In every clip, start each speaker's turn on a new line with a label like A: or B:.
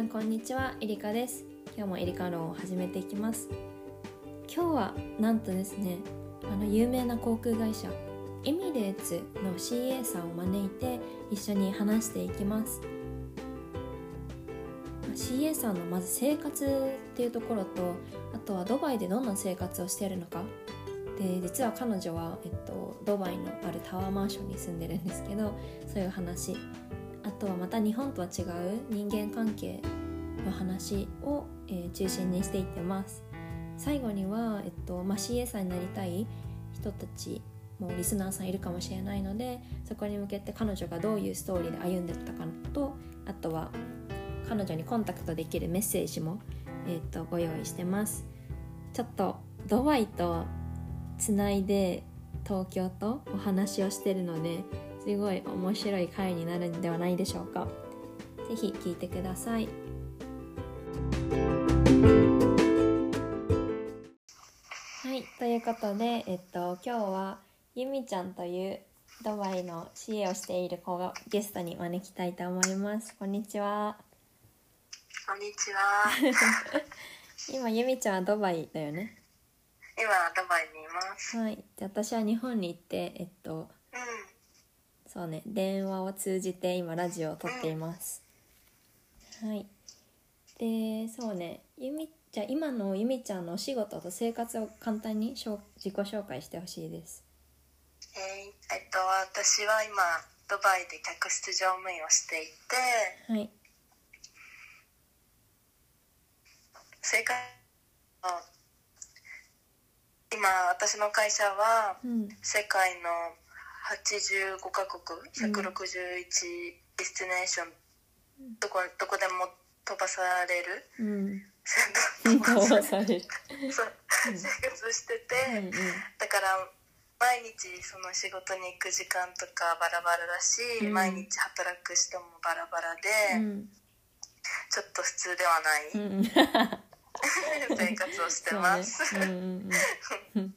A: んこんにちはエリカです今日もエリカ論を始めていきます今日はなんとですねあの有名な航空会社エミレーツの CA さんを招いて一緒に話していきますまあ CA さんのまず生活っていうところとあとはドバイでどんな生活をしているのかで実は彼女は、えっと、ドバイのあるタワーマンションに住んでるんですけどそういう話あとはまた日本とは違う人間関係の話を、えー中心にしていってます最後には、えっとまあ、CA さんになりたい人たちもリスナーさんいるかもしれないのでそこに向けて彼女がどういうストーリーで歩んでったかとあとは彼女にコンタクトできるメッセージも、えっとご用意してますちょっとドバイとつないで東京とお話をしてるのですごい面白い回になるんではないでしょうかぜひ聞いてくださいはいということで、えっと、今日はゆみちゃんというドバイの CA をしている子がゲストに招きたいと思いますこんにちは
B: こんにちは。今
A: 今ゆみちゃんはドバイだよね
B: ドバイにいます。
A: はいで私は日本に行ってえっと
B: うん。
A: そうね電話を通じて今ラジオを撮っています、はいでそうねゆみじゃあ今のゆみちゃんのお仕事と生活を簡単にしょう自己紹介してほしいです
B: えーえっと私は今ドバイで客室乗務員をしていて、
A: はい
B: 生活の今私の会社は
A: うん
B: 世界の85カ国
A: うん
B: 161ディスティネーション、どこどこでも飛ばされる
A: うん
B: 飛ばされる
A: される
B: そう
A: うん
B: 生活してて。
A: うん
B: だから毎日その仕事に行く時間とかバラバラだし、
A: うん
B: 毎日働く人もバラバラ
A: う
B: で、
A: ん
B: ちょっと普通ではな
A: う
B: い
A: んうん
B: 生活をしてます。
A: そうねうんうんうん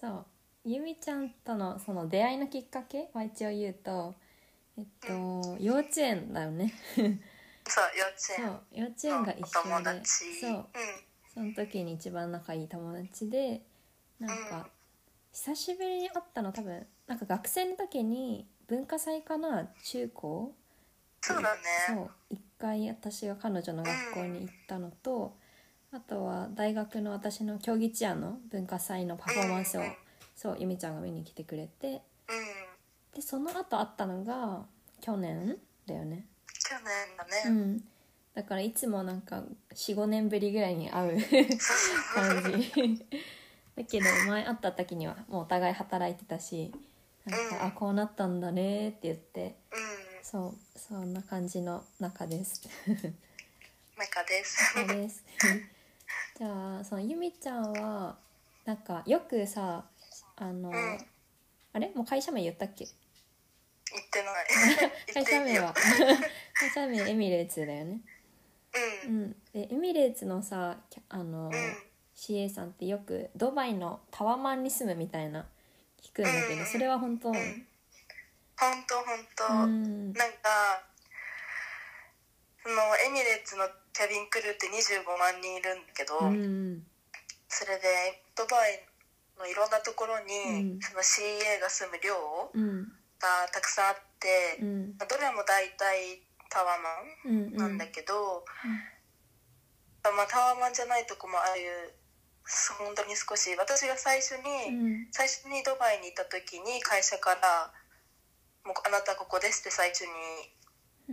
A: そうゆみちゃんとのその出会いのきっかけは一応言うとえっと幼稚園だよね
B: そう幼稚
A: そ
B: 園
A: う幼稚園が
B: の
A: 一
B: お
A: 緒
B: 友
A: で
B: 達
A: そう
B: う
A: その時に一番仲いい友達でなん
B: うん
A: か久しぶりに会ったの多分なんか学生の時に文化祭かな中高
B: ん、そうだ
A: そ
B: ね
A: う一回私が彼女の学校に行ったのとあとは大学の私の競技チアの文化祭のパフォーマンスを
B: うんうん
A: そうゆみちゃんが見に来てくれて
B: うん
A: でその後会ったのが去年だよね
B: 去年だ
A: う
B: ね、
A: んだからいつもなんか45年ぶりぐらいに会う
B: そう
A: 感じ だけど前会った時にはもうお互い働いてたしなんか、
B: うん
A: あこうなったんだねって言って
B: うん
A: そうそんな感じの中です。
B: メカです
A: そうですじゃあそのゆみちゃんはなんかよくさあの、
B: うん行
A: あれもう会社名言ったっけ
B: ってない 行
A: 会
B: って
A: 社
B: み
A: 名
B: よう
A: は 会社名エミレーツだよね
B: う
A: うんんでエミレーツのさきゃあの、
B: うん
A: CA さんってよくドバイのタワマンに住むみたいな聞くんだけど、
B: うん
A: それは本当う
B: うんほんとほんと、
A: ん
B: なんかそのエミレッツのキャビンクルーって25万人いるんだけど、
A: うん
B: それでドバイのいろんなところ
A: う
B: に、
A: ん
B: その CA が住む寮
A: うん
B: がたくさんあって、
A: うん
B: どれも大体タワマ
A: うん
B: ンなんだけど、まあ、タワマンじゃないとこもああいう本当に少し私が最初
A: うん
B: に、最初にドバイにいた時に会社から「もうあなたここです」って最初に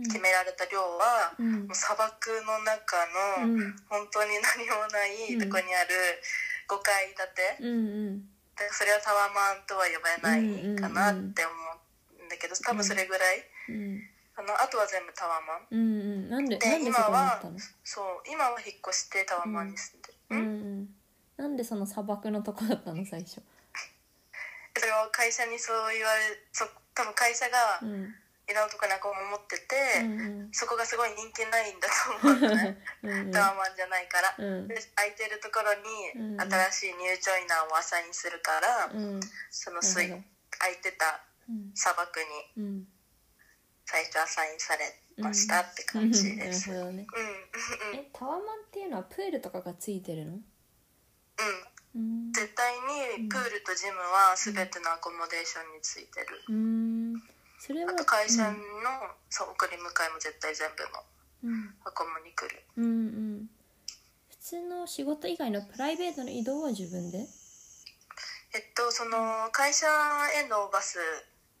A: うん
B: 決められた寮は。
A: うん
B: もう砂漠の中
A: う
B: の
A: ん
B: 本当に何もない
A: うん
B: とこにある5階建て、
A: うんうん
B: でそれはタワマンとは呼べないかなって思うんだけど多分それぐらい、
A: うん
B: あのあとは全部タワマン
A: うんうんなんで
B: で
A: なんでそこになったの
B: そう今は引っ越してタワマンに住んで
A: うん
B: る、ん
A: うん、なんでその砂漠のとこだったの最初、
B: それは会社にそう言われそ多分会社が
A: うん
B: いろんなとこに憧れ持って
A: う
B: て、
A: んうん
B: そこがすごい人気ないんだと思うんだね
A: うん
B: タワマンじゃないから。
A: うん
B: で空いてるところ
A: うん
B: に新しいニュージョイナーをアサインするから、
A: うん
B: その
A: な
B: 水
A: るほど
B: 空いてた
A: うん
B: 砂漠に
A: うん
B: 最初アサインされましたって感じ
A: な
B: で
A: る
B: す。
A: ほ
B: うん、うん、
A: どねえタワマンっていうのはプールとかがついてるのうん
B: 絶対にプールとジムは全てのアコモデーションについてる。
A: うんそれは
B: あと会社
A: う
B: の、
A: ん
B: そう送り迎えも絶対全部の
A: うん
B: アコモに来る。
A: うんうん普通の仕事以外のプライベートの移動は自分で
B: えっとその会社へのバス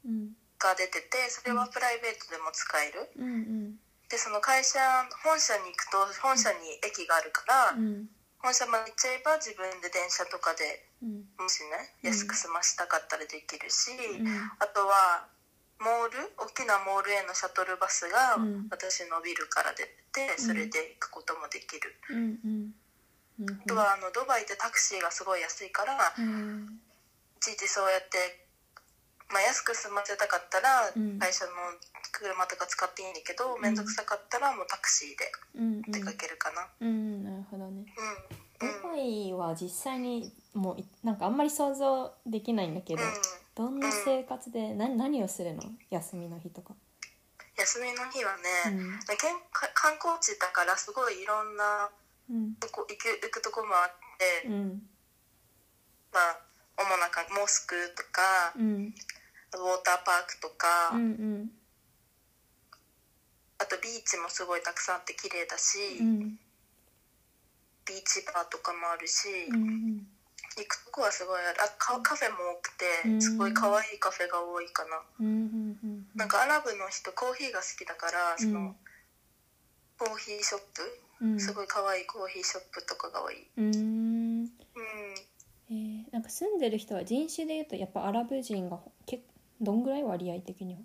A: うん
B: が出ててそれはプライベートでも使える。
A: うんうん
B: でその会社本社に行くと本社に駅があるから、
A: うん
B: 本社まで行っちゃえば自分で電車とかで
A: うん
B: もしね
A: うん
B: 安く済ましたかったらできるし、
A: うん
B: あとはモール大きなモールへのシャトルバスが
A: うん
B: 私のビルから出てそれで行くこともできる、
A: うんうんなる
B: あと
A: ほど
B: はあのドバイってタクシーがすごい安いから
A: う
B: い
A: ん
B: ちいちそうやって、まあ、安く済ませたかったら
A: うん
B: 会社の車とか使っていいんだけど
A: ん
B: 面倒くさかったらもうタクシーで
A: うん
B: 出かけるかな。
A: うんうんなるほどね
B: う
A: ド
B: ん、うん
A: バイは実際にもういなんかあんまり想像できないんだけど、
B: うん
A: どんな生活でな何をするの休みの日とか。
B: 休みの日は
A: う
B: ね、
A: ん
B: けんか観光地だからすごいいろんな
A: うん
B: とこ行く行くとこもあって、
A: うん
B: まあ、主なかモスクとか
A: うん
B: ウォーターパークとか、
A: うんうん
B: あとビーチもすごいたくさんあって綺麗だし、
A: うん
B: ビーチバーとかもあるし、
A: うん
B: 行くとこはすごいあるあカカフェも多く
A: うん
B: てすごい可愛いカフェが多いかな、
A: うんうん
B: なんかアラブの人コーヒーが好きだからその、コーヒーショッ
A: うんうん
B: プすごい可愛いコーヒーショップとかが多い、
A: うん
B: うん、
A: えーなんか住んでる人は人種でいうとやっぱアラブ人がけどんぐらい割合的には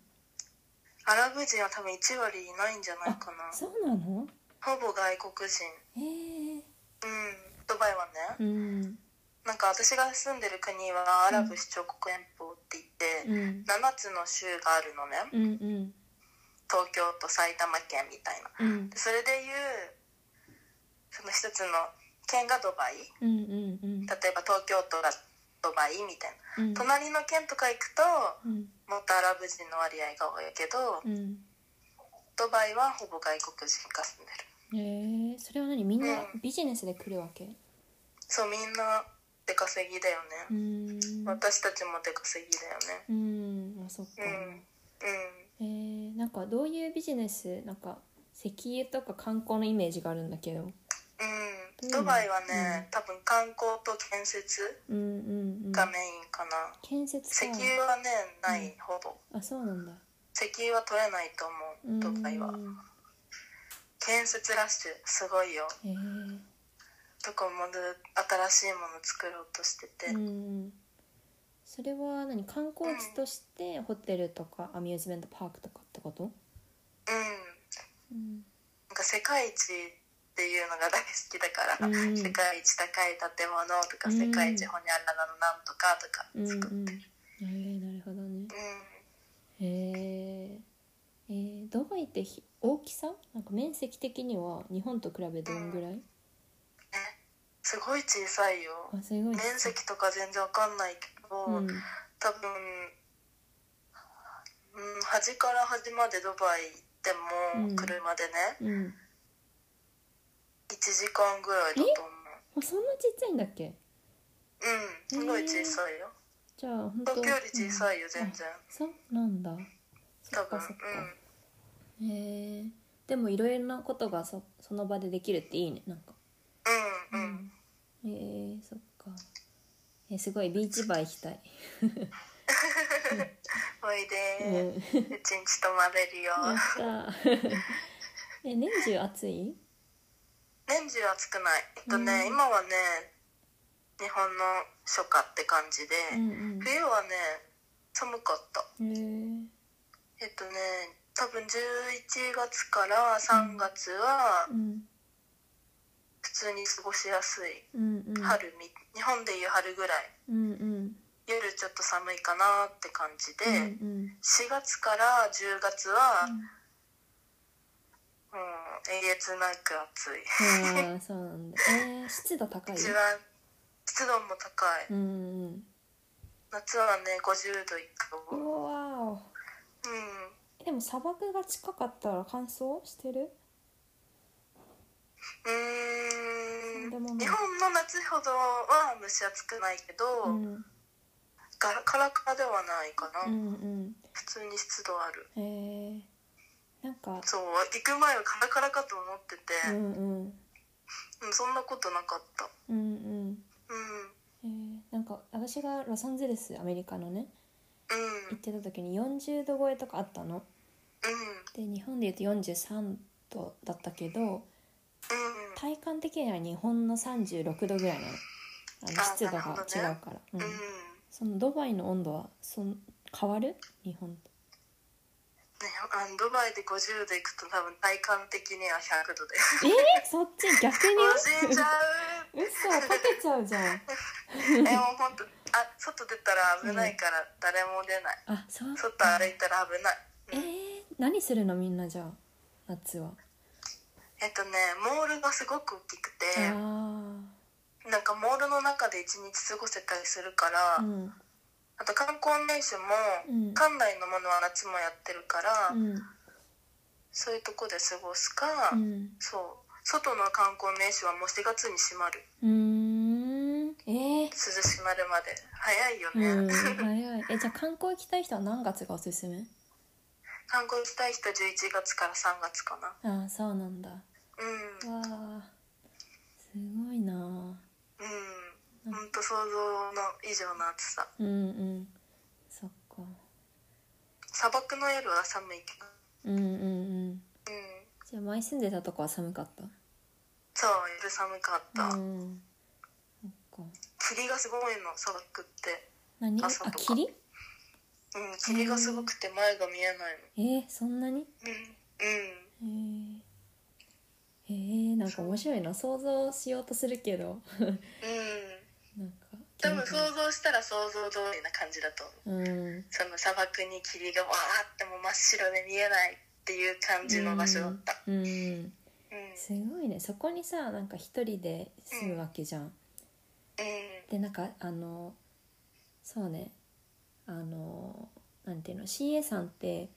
B: アラブ人は多分1割いないんじゃないかな
A: そうなの
B: ほぼ外国人
A: えー、
B: うんドバイはね、
A: うん
B: なんか私が住んでる国はアラブ首長国連邦って言
A: うん
B: って、7つの州があるのね
A: うんうん
B: 東京と埼玉県みたいな
A: うん
B: でそれでいうその一つの県がドバイ
A: うんうんうん
B: 例えば東京都がドバイみたいな
A: うん
B: 隣の県とか行くと
A: うん
B: もっとアラブ人の割合が多いけど
A: うん
B: ドバイはほぼ外国人が住んで
A: え
B: る
A: ー、それは何みんな
B: うん
A: ビジネスで来るわけ
B: そうみんな出稼ぎだよ
A: う
B: ね、
A: ん
B: 私たちも出稼ぎだよね
A: うんあそっか、
B: うんうん
A: えー、なんかどういうビジネスなんか石油とか観光のイメージがあるんだけど
B: う、
A: うんん
B: ドバイは
A: う
B: ね、
A: ん
B: 多分観光と建設
A: うんうんうん
B: がメインかな、
A: 建設
B: 石
A: か
B: 油はねな
A: う
B: い
A: ん
B: ほぼ
A: あそうなんだ
B: 石油は取れないと
A: うん
B: 思うドバイは建設ラッシュすごいよ
A: えー
B: どこもず新しいもの作ろうとしてて、
A: うんそれは何観光地としてホテルとかアミューズメントパークとかってこと、
B: うん
A: うん、
B: なんか世界一っていうのが大好きだから、
A: うん
B: 世界一高い建物とか、
A: うん
B: 世界一ホニャララのなんとかとか
A: うんう
B: 作っ
A: ん
B: てる、
A: えー、なるほどね
B: うん
A: へええー、ドバイってひ大きさなんか面積的には日本と比べどんぐらい、
B: すごい小さいよ
A: あすごい
B: 面積とか全然わかんないけど、
A: うん
B: 多分、うん、端から端までドバイ行って
A: うん
B: も車でね、
A: うん
B: 1時間ぐらいだと思
A: あそんなちっちゃいんだっけ
B: ううんすごい小さいよ
A: じゃあ本当
B: 東京より小さ
A: い、
B: いよ全然
A: そうなんだそ
B: 多
A: っか
B: 分うん
A: そっか、へえでもいろいろなことがそその場でできるっていいねなんか
B: うんうん、
A: へえそっかえすごいビーチバー行きたい、
B: おいで
A: うん
B: うちんち泊まれるよ
A: やった え年中暑い
B: 年中暑くないえっとね、
A: うん
B: 今はね日本の初夏って感じで、
A: うんうんへ
B: 冬はね寒かった
A: え
B: えっとね多分11月から3月は
A: うん
B: 普通に過ごしやすい
A: うんうん
B: 春み日本でいう春ぐらい
A: うんうん
B: 夜ちょっと寒いかなって感じで、
A: うんうん
B: 4月から10月は、もうえげつなく暑い
A: ああそうなんだえー、湿度高い
B: 一番湿度も高い、
A: うんうん
B: 夏はね50度以下
A: うわー
B: うん
A: でもも砂漠が近かったら乾燥してる
B: うーん
A: でもね
B: 日本の夏ほどは蒸し暑くないけど、
A: うん
B: ガラカラカラではないかな、
A: うんうん
B: 普通に湿度ある
A: えー、なんか
B: そう行く前はカラカラかと思ってて
A: う、んうん
B: うんそんなことなかった
A: うんうん
B: うん
A: えー、なんか私がロサンゼルスアメリカのね
B: う
A: 行っ
B: ん
A: てた時に40度超えとかあったの
B: うん
A: で日本で言うと43度だったけど
B: うん
A: 体感的には日本の36度ぐらいなのあの
B: あ
A: 湿度
B: なるほ
A: が
B: どね
A: 違うから、うん
B: うん、
A: そのドバイの温度はそん変わる日本と
B: ね、あのドバイで50度行くと多分体感的には100度で
A: えー、そっち逆に
B: 死んじゃう
A: 嘘かけちゃうじ ゃん
B: えもう本当あ外出たら危ないから誰も出ない、
A: あそう
B: 外歩いたら危ない
A: えー、何するのみんなじゃあ夏は、
B: えっとねモールがすごく大きくて
A: あ
B: なんかモールの中で一日過ごせたりするから、
A: あうん
B: あと観光名所も
A: うん
B: 館内のものは夏もやってるから、
A: うん
B: そういうとこで過ごすか、
A: うん
B: そう外の観光名所はもう4月に閉まる
A: うーんえー、
B: 涼しまるまで早い
A: う
B: よね、
A: ん、早いえじゃあ観光行きたい人は何月がおすすめ
B: 観光したい人は11月から3月かな
A: ああそうなんだわ
B: うん
A: あすごいな
B: うん本当想像の以上の暑さ
A: うんうんそっか
B: 砂漠の夜は寒いけど
A: うんうんうん
B: うん
A: じゃあ前住んでたとこは寒かっ
B: そう夜寒かった、
A: たうんそっか
B: 霧がすごいの砂漠って
A: 何あ
B: 朝とか
A: 霧
B: うん霧がすごくて前が見えない
A: えー、そんなに
B: のうんうん
A: えー、えー、なんか面白いな想像しようとするけど
B: うん
A: なんか
B: 多分想像したら想像通りな感じだと思う
A: うん
B: その砂漠に霧がわーってもう真っ白で見えないっていう感じの場所だった
A: うん
B: うんうん
A: すごいねそこにさなんか一人で住むわけじゃん、でなんかあのそうねあのなんていうの CA さんって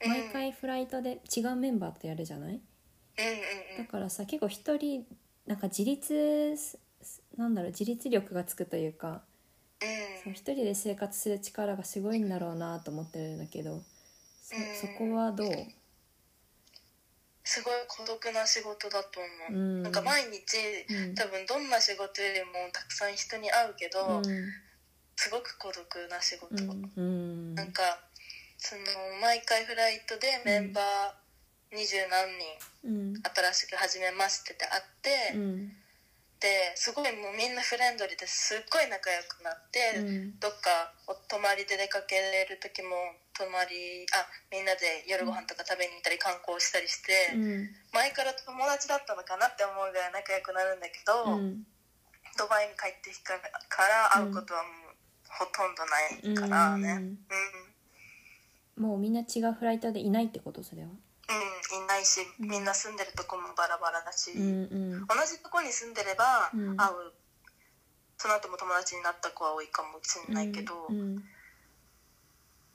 B: うん
A: 毎回フライトで違うメンバーとやるじゃない
B: うんうんう
A: だ
B: ん
A: からさ結構一人なんか自立すすなんだろう自立力がつくというか
B: うん
A: そう一人で生活する力がすごいんだろうなと思ってるんだけどそ
B: うん
A: そこはどう
B: すごい孤独な仕事だと思う、
A: うん
B: なんか毎日
A: うん
B: 多分どんな仕事よりもたくさん人に会うけど、
A: う
B: すごく孤独な仕事、
A: んうん
B: なんかその毎回フライトでメンバー二十何
A: うん
B: 人新しく始めましてって会って、
A: うん
B: ですごいもうみんなフレンドリーですっごい仲良くなって、
A: うん
B: どっかお泊まりで出かける時も泊まりあみんなで夜ご飯とか食べに行ったり観光したりして。
A: うん
B: 前から友達だったのかなって思うぐらい仲良くなるんだけど、
A: うん
B: ドバイに帰ってきてから会うことはもうほとんどないからねうん、うん
A: もうみんな違うフライトでいないってことそれは
B: うんいないし
A: うん
B: みんな住んでるとこもバラバラだし、
A: うんうん
B: 同じとこに住んでれば
A: うん
B: 会う、その後も友達になった子は多いかもしれないけど、
A: うんうん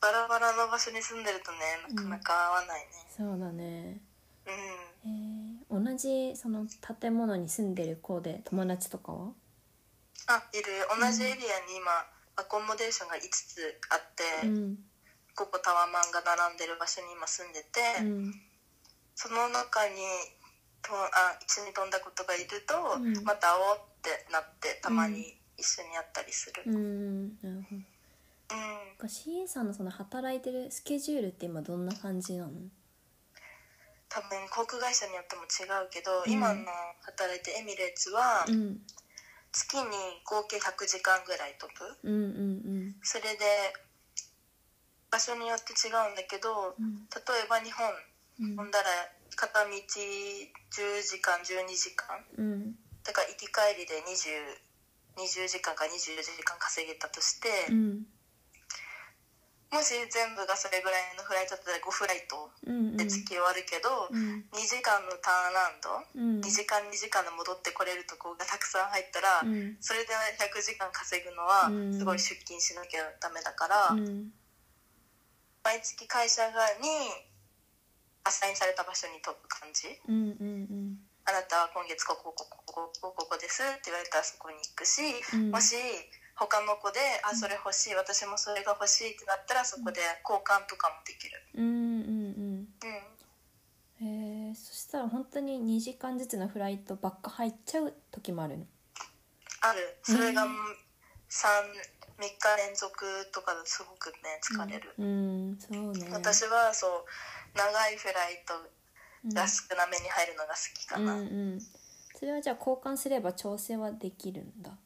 B: バラバラの場所に住んでるとねなかなか会わないね
A: そうだね、
B: う
A: え
B: ん
A: ー同じその建物に住んでる子で友達とかは
B: あいる同じエリアに今アコモデーションが5つあって、
A: うん
B: ここタワマンが並んでる場所に今住んでて、
A: うん
B: その中にとあ一緒に飛んだことがいると、
A: うん
B: また会おうってなってたまに一緒にやったりする、う
A: うんんなるほどなんか CA さんのその働いてるスケジュールって今どんな感じなの
B: 多分航空会社によっても違うけど、
A: うん
B: 今の働いてエミレーツは
A: うん
B: 月に合計100時間ぐらい飛ぶ
A: うんうん
B: それで場所によって違うんだけど
A: うん
B: 例えば日本
A: うん
B: 飛んだら片道10時間12時間
A: うん
B: だから行き帰りで20 20時間か24時間稼げたとして、
A: うん
B: もし全部がそれぐらいのフライトだったら5フライト
A: うん
B: で月終わるけど、
A: うん
B: 2時間のターンラウ
A: うん
B: ンド、2時間2時間で戻ってこれるとこがたくさん入ったら、
A: うん
B: それで100時間稼ぐのは
A: うん
B: すごい出勤しなきゃダメだから、
A: うん
B: 毎月会社側にアサインされた場所に飛ぶ感じ
A: うんうん
B: あなたは今月ここここここここですって言われたらそこに行くし、
A: うん
B: もし他の子で「
A: う
B: あ
A: ん
B: それ欲しい私もそれが欲しい」ってなったらそこで交換とかもできる。
A: うんうんうん
B: うん
A: うんへえそしたら本当に2時間ずつのフライトばっか入っちゃう時もあるの
B: あるそれが
A: う
B: 3
A: ん
B: 三日連続とかだとすごくね疲れる、
A: うん、うん、そうね
B: 私はそう長いフライト
A: うん
B: が少なめに入るのが好きかな
A: う
B: うんん、
A: うんそれはじゃあ交換すれば調整はできるんだ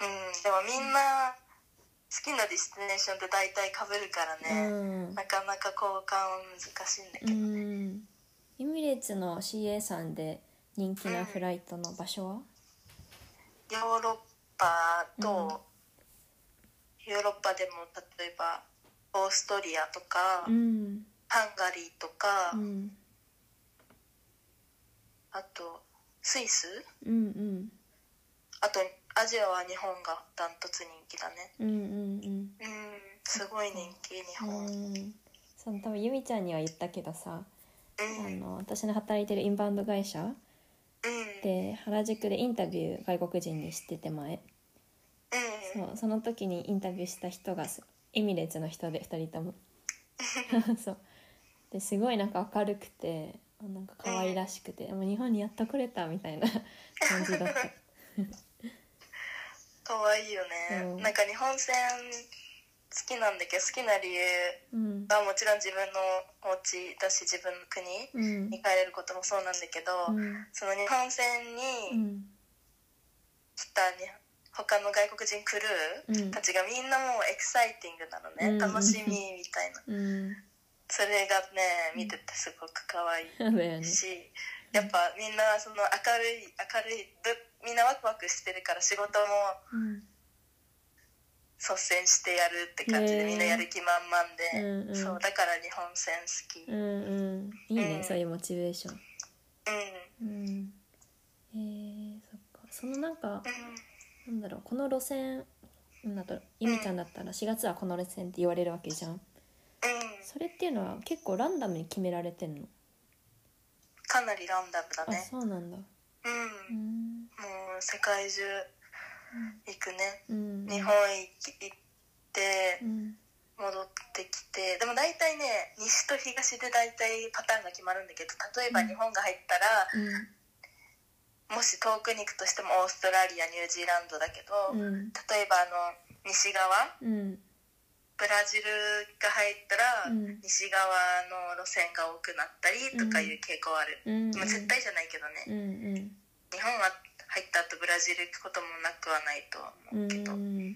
B: でもみんな好きなディスティネーションって大体かぶるからね、
A: うん
B: なかなか交換は難しいんだけ
A: う
B: どね、
A: んエミレーツの CA さんで人気なフライトの場所は
B: ヨーロッパと、ヨーロッパでも例えばオーストリアとか、
A: うん
B: ハンガリーとか、
A: うん
B: あとスイス
A: うんうん
B: あとアジアは日本がダントツ人気だね
A: うんうんうん
B: うんすごい人気日本、うん
A: うんその多分ゆみちゃんには言ったけどさ、あの私の働いてるインバウンド会社
B: うん
A: で原宿でインタビュー外国人にしてて前
B: うん
A: そうその時にインタビューした人がすエミレーツの人で2人とも そうですごいなんか明るくてなんか可愛らしくて、もう日本にやっと来れたみたいな感じだった
B: 可愛いよ
A: そう
B: ねなんか日本戦好きなんだけど好きな理由
A: うん
B: はもちろん自分のお家だし自分の国
A: うん
B: に帰れることもそうなんだけど、
A: うん
B: その日本戦
A: う
B: に
A: ん
B: 来たに他の外国人クル
A: う
B: ー
A: ん
B: たちがみんなもうエキサイティングなの
A: うん
B: ね、楽しみみたいな
A: うん
B: それがね見ててすごく可愛い
A: そうだよね
B: し、やっぱみんなその明るい明るいぶみんなワクワクしてるから仕事も
A: うん
B: 率先してやるって感じ
A: へ
B: で
A: ー
B: みんなやる気満々で、
A: うんうん
B: そうだから日本戦好き
A: うんうんいいねそういうモチベーション
B: う
A: うんえー、そっかそのなんか
B: んう
A: な
B: ん
A: んだろうこの路線なんだろうゆみちゃんだったら4月はこの路線って言われるわけじゃん
B: うん
A: それっていうのは結構ランダムに決められてんの、
B: かなりランダムだ
A: あ
B: ね
A: そうなんだ
B: うん
A: う、ん
B: もう世界中行くね
A: うん
B: 日本行って
A: うん
B: 戻ってきてでも大体ね西と東で大体パターンが決まるんだけど例えば日本が入ったら、もし遠くに行くとしてもオーストラリアニュージーランドだけど、
A: うんうん
B: 例えばあの西側
A: うん
B: ブラジルが入ったら、
A: うん
B: 西側の路線が多くなったりとかいう傾向ある、
A: うん
B: まあ絶対じゃないけど
A: うん
B: ね、
A: うん
B: 日本は入った後ブラジル行くこともなくはないとは
A: う
B: 思うけどうん
A: ん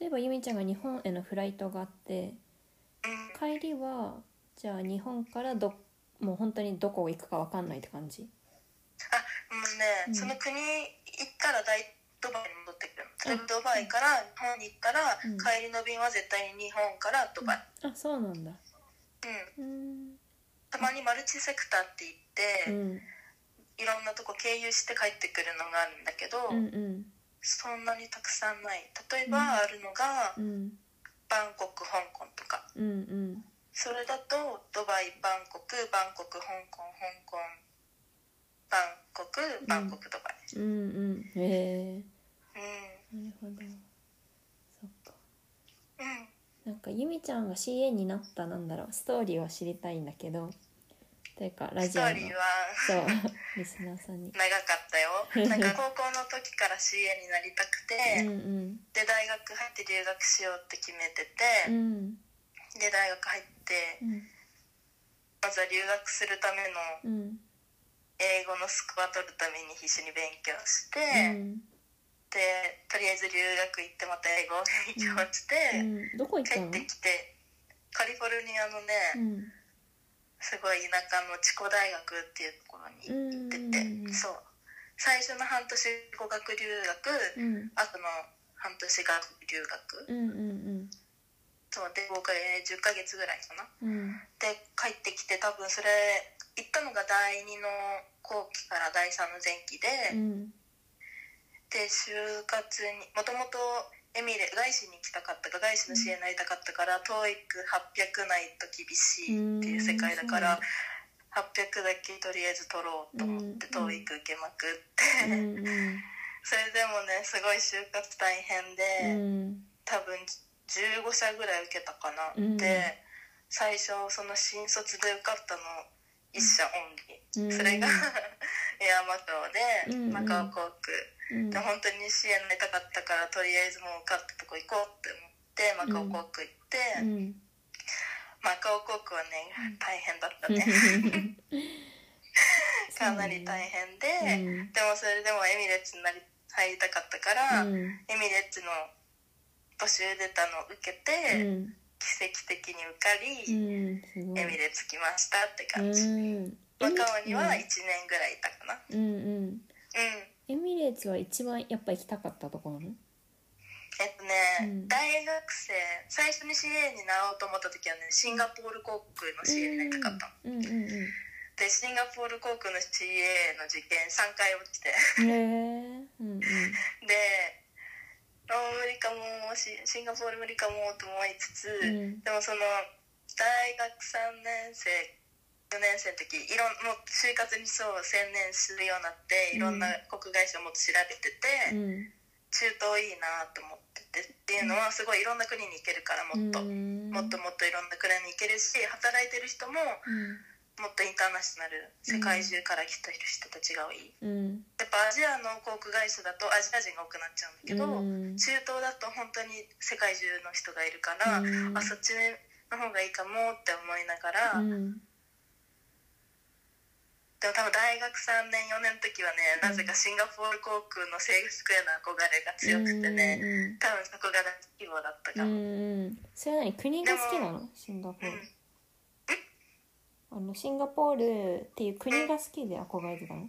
A: 例えばゆみちゃんが日本へのフライトがあって
B: う
A: 帰
B: ん
A: りはじゃあ日本からどもう本当にどこ行くかわかんないって感じ
B: あもうね、
A: うん
B: その国行ったら大ドバイに戻ってくる例えばドバイから日本に行ったら、
A: うん
B: 帰りの便は絶対に日本からドバイ、
A: あそうなんだ
B: う
A: うん
B: ん、たまにマルチセクターって言
A: うん
B: って、いろんなとこ経由して帰ってくるのがあるんだけど、
A: うんうん
B: そんなにたくさんない例えば
A: うん
B: あるのが、
A: うん
B: バンコク香港とか
A: うんうん
B: それだとドバイバンコクバンコク香港香港バンコクバンコクドバイ、
A: うんうんへ
B: う
A: えなるほどそっか
B: んうん
A: なんかゆみちゃんが CA になったなんだろうストーリーを知りたいんだけどというかラ
B: ス
A: ジ
B: ト
A: オの
B: ーリーは
A: そうリスナーさんに。
B: 長かった よなんか高校の時から CA になりたく
A: う
B: て、
A: ん
B: で大学入って留学しようって決めて
A: うんうん
B: て、で大学入って
A: うん
B: まずは留学するための
A: うん
B: 英語のスクワ取るために必死に勉強して、
A: うん
B: でとりあえず留学行ってまた英語を勉強して、
A: うんどこ行っ
B: 帰
A: た
B: っ
A: の
B: てきてカリフォルニアの
A: う
B: ね、
A: ん
B: すごい田舎のチコ大学っていうところに行ってて、
A: うん
B: そう最初の半年語学留学、
A: うん
B: あとの半年学留
A: う
B: 学、
A: んうん
B: そうで合計10ヶ月ぐらいかな
A: うんうん
B: で帰ってきて多分それ行ったのが第2の後期から第3の前期で、
A: うん
B: で就活にもともとエミレ外資に行きたかったか外資の支援になりたかったから TOEIC800 ないと厳しいっていう世界だから800だけとりあえず取ろうと思って
A: うん
B: TOEIC 受けまく
A: う
B: って
A: んうん
B: それでもねすごい就活大
A: う
B: 変で
A: ん
B: 多分15社ぐらい受けたかな
A: うん
B: で最初その新卒で受かったの1社オ
A: うん
B: ンリーそれが エアマカオで
A: うん
B: マカオ航空
A: うん
B: で本当に支援になりたかったからとりあえずもう受かったとこ行こうって思ってマカオ航空行って、
A: うん
B: マカオ航空はね
A: うん
B: 大変だったね かなり大変で、
A: うん
B: でもそれでもエミレッツになり入りたかったから、
A: うん
B: エミレッツの募集出たのを受け
A: う
B: て、
A: ん
B: 奇跡的に受か
A: う
B: り、
A: んすごい
B: エミレッツ来ましたって感じ、
A: うん
B: マカオには1年ぐらいいたかな
A: うんうん
B: うん
A: エミレーツは一番やっぱ行きたかったとこなの
B: えっとね、
A: うん
B: 大学生最初に CA になろうと思った時はねシンガポール航空の CA になりたかった
A: う
B: の、
A: んうんう
B: でシンガポール航空の CA の受験3回落ちて
A: んへえうんうん
B: であー無理かもしシンガポール無理かもと思いつつ、
A: うん
B: でもその大学3年生4年生の時いろんもう就活にそう専念するようになっていろんな国外社をもっと調べてて、
A: うん
B: 中東いいなと思っててっていうのはすごいいろんな国に行けるからもっと、
A: うん
B: もっともっといろんな国に行けるし働いてる人ももっとインターナショナル世界中から来た人たちが多い、
A: うんうん
B: やっぱアジアの航空会社だとアジア人が多くなっちゃうんだけど、
A: うん
B: 中東だと本当に世界中の人がいるから、
A: うん
B: あそっちの方がいいかもって思いながら、
A: うん
B: でも多分大学3年4年の時はねなぜかシンガポール航空の制服への憧れが強くてね、
A: ね
B: 多分そこが大規模だった
A: うん
B: かも、
A: うんそれは何国が好きなのシンガポール
B: うん
A: あのシンガポールっていう国が好きで憧れてたの
B: う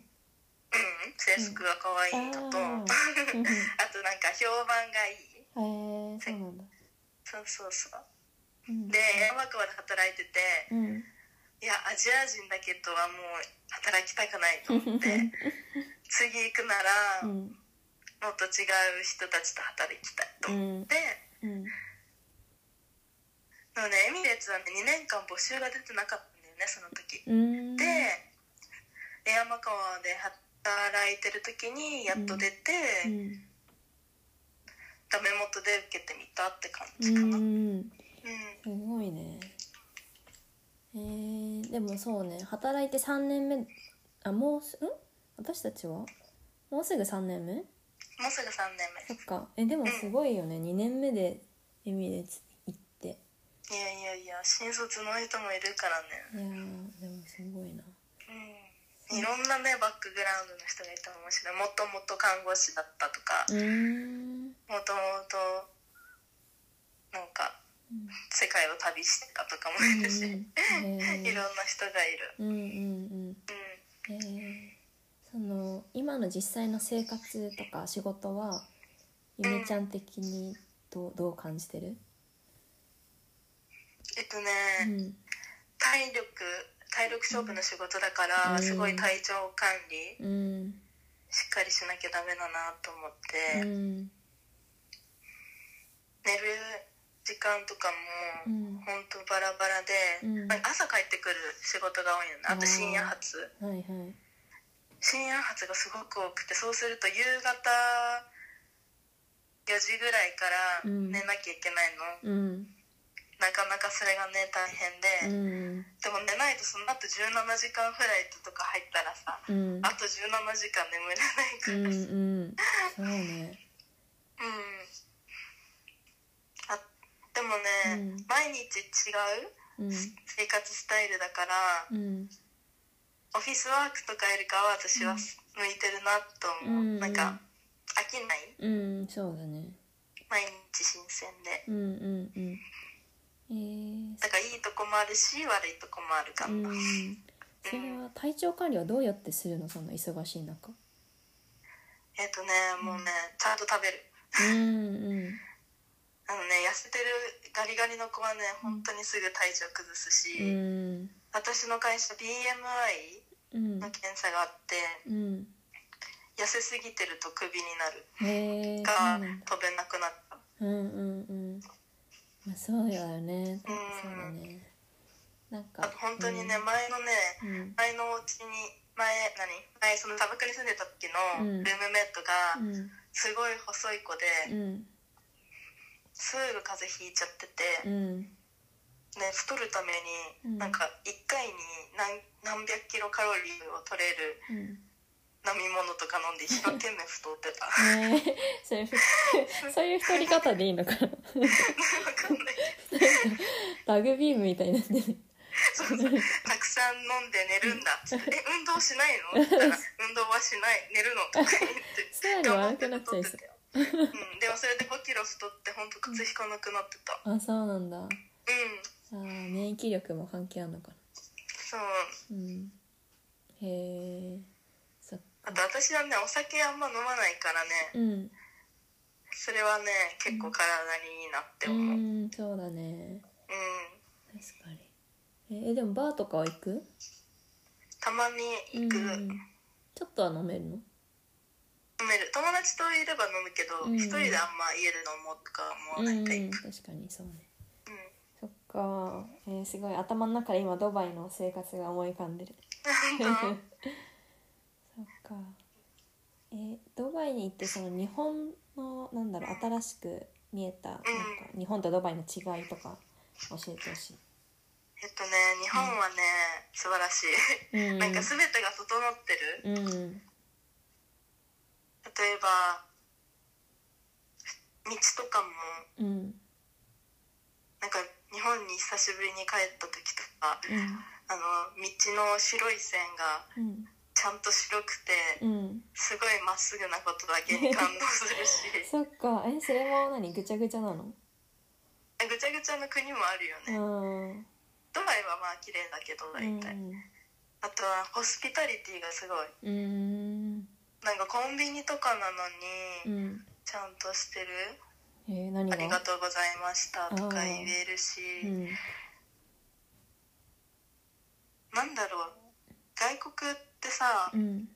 B: ん、制服が可愛い のと、
A: うんあー
B: あとなんか評判がい
A: へえ
B: い
A: そうなんだ
B: そうそうそう
A: うん
B: で山川で働いてて
A: うん
B: いやアジア人だけとはもう働きたくないと思って 次行くな
A: う
B: らも
A: ん
B: っと違う人たちと働きたいと
A: う
B: 思っ
A: ん
B: て、
A: うん
B: なのでエミレーツはね2年間募集が出てなかったんだよねその時
A: うん
B: でエアマカワで働いてる時にやっと出て、
A: うん
B: ダメ元で受けてみたって感
A: う
B: じかな、うん
A: んすごいねえー、でもそうね働いて3年目あもうすん私たちはもうすぐ3年目
B: もうすぐ3年目
A: そっかえでもすごいよね2年目でエミレーツ行ってい
B: いやいやいや新卒の人もいるからね
A: やーでもすごいな
B: うんいろんなねバックグラウンドの人がいたら面白いもともと看護師だったとか
A: うーん
B: もともとなんか
A: うん
B: 世界を旅してたとかもいるし、いろんな人がいる
A: うんうんうん
B: うん
A: えーその今の実際の生活とか仕事はゆめちゃん的にどうどう感じてる、
B: えっと
A: う
B: ね、
A: ん
B: 体力体力勝負の仕事だから、
A: うん
B: すごい体調管理
A: うん
B: しっかりしなきゃダメだなと思っ
A: う
B: て、
A: ん
B: 寝る時間とか
A: う
B: も
A: ん
B: 本当バラバラで、
A: うん
B: なんか朝帰ってくる仕事が多いのねあと深夜発
A: はいはい
B: 深夜発がすごく多くてそうすると夕方4時ぐらいから
A: うん
B: 寝なきゃいけないの、
A: うん
B: なかなかそれがね大
A: う
B: 変で、
A: ん
B: でも寝ないとその後17時間フライトとか入ったらさ
A: うんうん
B: あと17時間眠れないか
A: うん
B: らうん、
A: そうね
B: あでも
A: う
B: ね、
A: ん
B: 毎日違
A: う
B: う
A: ん
B: 生活スタイルだから
A: うん
B: オフィスワークとかよりかは私は
A: うん
B: 向いてるなと思う、
A: うん
B: なんか飽きない
A: うんそうだね
B: 毎日新鮮で
A: うんうんうんえー、
B: だからいいとこもあるし悪いとこもある
A: う
B: かな、うん、
A: んそれは体調管理はどうやってするのそんな忙しい中
B: えっ、とねもうねちゃんと食べる
A: うんうん
B: あのね痩せてるガリガリの子はね本当にすぐ体調崩すし、
A: うん
B: 私の会社 BMI
A: うん
B: の検査があって
A: うん
B: 痩せすぎてるとクビになる
A: へえそう
B: か
A: なんだ
B: 飛べなくなった
A: うんうんうんまあそうだよね
B: うん
A: そうだねなんか
B: あと本当にね、前のね
A: うん
B: 前のお家に前何前その砂漠に住んでた時
A: う
B: の
A: ん
B: ルームメイトが
A: うん
B: すごい細い子で、
A: うん
B: すぐ風邪ひいちゃってて、
A: うん
B: ね、太るため
A: うん
B: になんか1回に何何百キロカロリーを取れる
A: うん
B: 飲み物とか飲んで一生懸命太っ てた
A: ねえそれふ そういう太り方でいいのかな
B: わかんない
A: ラグビームみたいになってる
B: そうそうたくさん飲んで寝るんだえ運動しないのって言ったら運動はしない寝るのとか言って
A: スタイル悪くなっちゃいそう
B: う、ん、でもそれで5キロ太って本当靴引かなくなってた
A: あそうなんだあ
B: うん
A: ー免疫力も関係あるのかな
B: そう
A: うんへえそっ
B: あ
A: か
B: と私はねお酒あんま飲まないからね
A: うん
B: それはね結構体にいいなって
A: う
B: 思ううん
A: んそうだね確かにえでもバーとかは行く
B: たまに行く、
A: うんちょっとは飲めるの
B: 飲める友達といれば飲むけど
A: うん
B: 一、人であんま家で飲もうとかはもう大体、うん
A: 確かにそうねそっか、えーすごい頭の中で今ドバイの生活が思い浮かんでる そっ
B: 本当
A: かえードバイに行ってその日本のなんだろう新しく見えたなんか日本とドバイの違いとか教えてほしい、
B: えっとね日本はね、素晴らしい
A: うん、
B: なんか全てが整ってる
A: うん
B: 例えば道とかも
A: うんうん
B: なんか日本に久しぶりに帰った時とかあの道の白い線が
A: うん
B: ちゃんと白くて
A: うん
B: すごいまっすぐなことだけに感動す るし
A: そっかえそれも何ぐちゃぐちゃなの
B: ぐちゃぐちゃの国もあるよ
A: う
B: ね
A: んうん
B: ドバイはまあ綺麗だけど大体、あとはホスピタリティがすごい
A: うん
B: なんかコンビニとかなの
A: う
B: に
A: ん
B: ちゃんとしてる
A: えー、
B: 「
A: 何
B: ありが
A: が
B: とうございました」とか言えるし、
A: うん
B: なんだろう外国ってさ
A: うん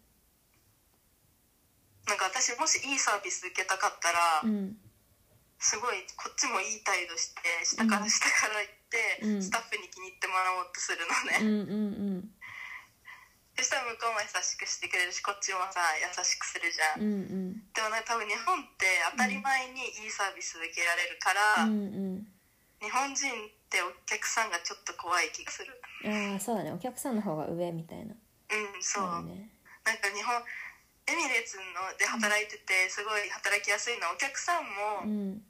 B: なんか私もしいいサービス受けたかったら、
A: うん
B: すごいこっちもいい態度して下から下から行って、
A: うん
B: スタッフに気に入ってもらおうとするの
A: うんう
B: ね、
A: ん
B: そしたら向こうも優しくしてくれるしこっちもさ優しくするじ
A: うん
B: ゃん、
A: うん
B: でもなんか多分日本って当たり前にいいサービス受けられるか
A: う
B: ら、
A: ん
B: 日本人ってお客さんがちょっと怖い気がする
A: うんああそうだねお客さんの方が上みたいな
B: うんそう、
A: あるね
B: なんか日本エミレーツので働いててすごい働きやすいのはお客さん
A: う
B: も、
A: ん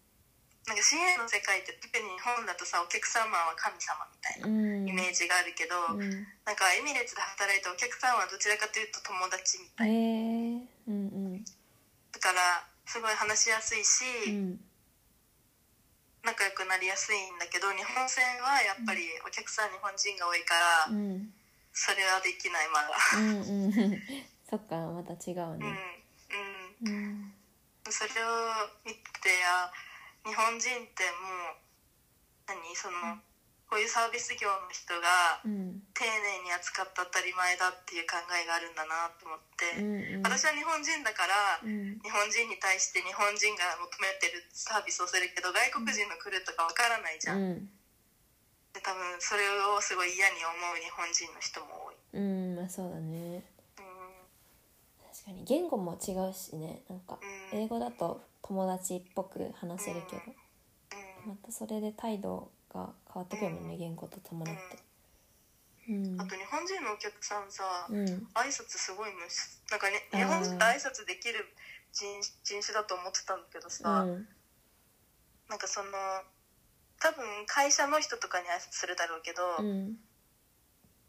B: なんか CA の世界って特に日本だとさお客様は神様みたいな
A: うん
B: イメージがあるけど、
A: うん
B: なんかエミレーツで働いてお客さんはどちらかというと友達みた
A: へ
B: いな、
A: えうんうん
B: だからすごい話しやすいし、
A: うん
B: 仲良くなりやすいんだけど日本戦はやっぱりお客さん日本人が多いから、
A: うん
B: それはできないまだ
A: うんうんそっかまた違う
B: うんう
A: ね
B: ん
A: うん
B: それを見てあ日本人ってもう何そのこういうサービス業の人が
A: うん
B: 丁寧に扱った当たり前だっていう考えがあるんだなと
A: う
B: 思って、
A: んうん
B: 私は日本人だから
A: うん
B: 日本人に対して日本人が求めてるサービスをするけど外国人の来るとかわからないじ
A: う
B: ゃん、
A: ん
B: で多分それをすごい嫌に思う日本人の人も多い、
A: うんまあそうだね
B: う
A: 確かに言語も違うしねなんか
B: んうん
A: 英語だと友達っぽく話せるけど
B: う
A: またそれで態度が変わってくるもんね言語と伴ってうん
B: ん、あと日本人のお客さんさ、
A: うん
B: 挨拶すごい無視なんかね
A: あー
B: 日本人って挨拶できる人人種だと思ってたんだけどさ、
A: うん
B: なんかその多分会社の人とかに挨拶するだろうけど、
A: うん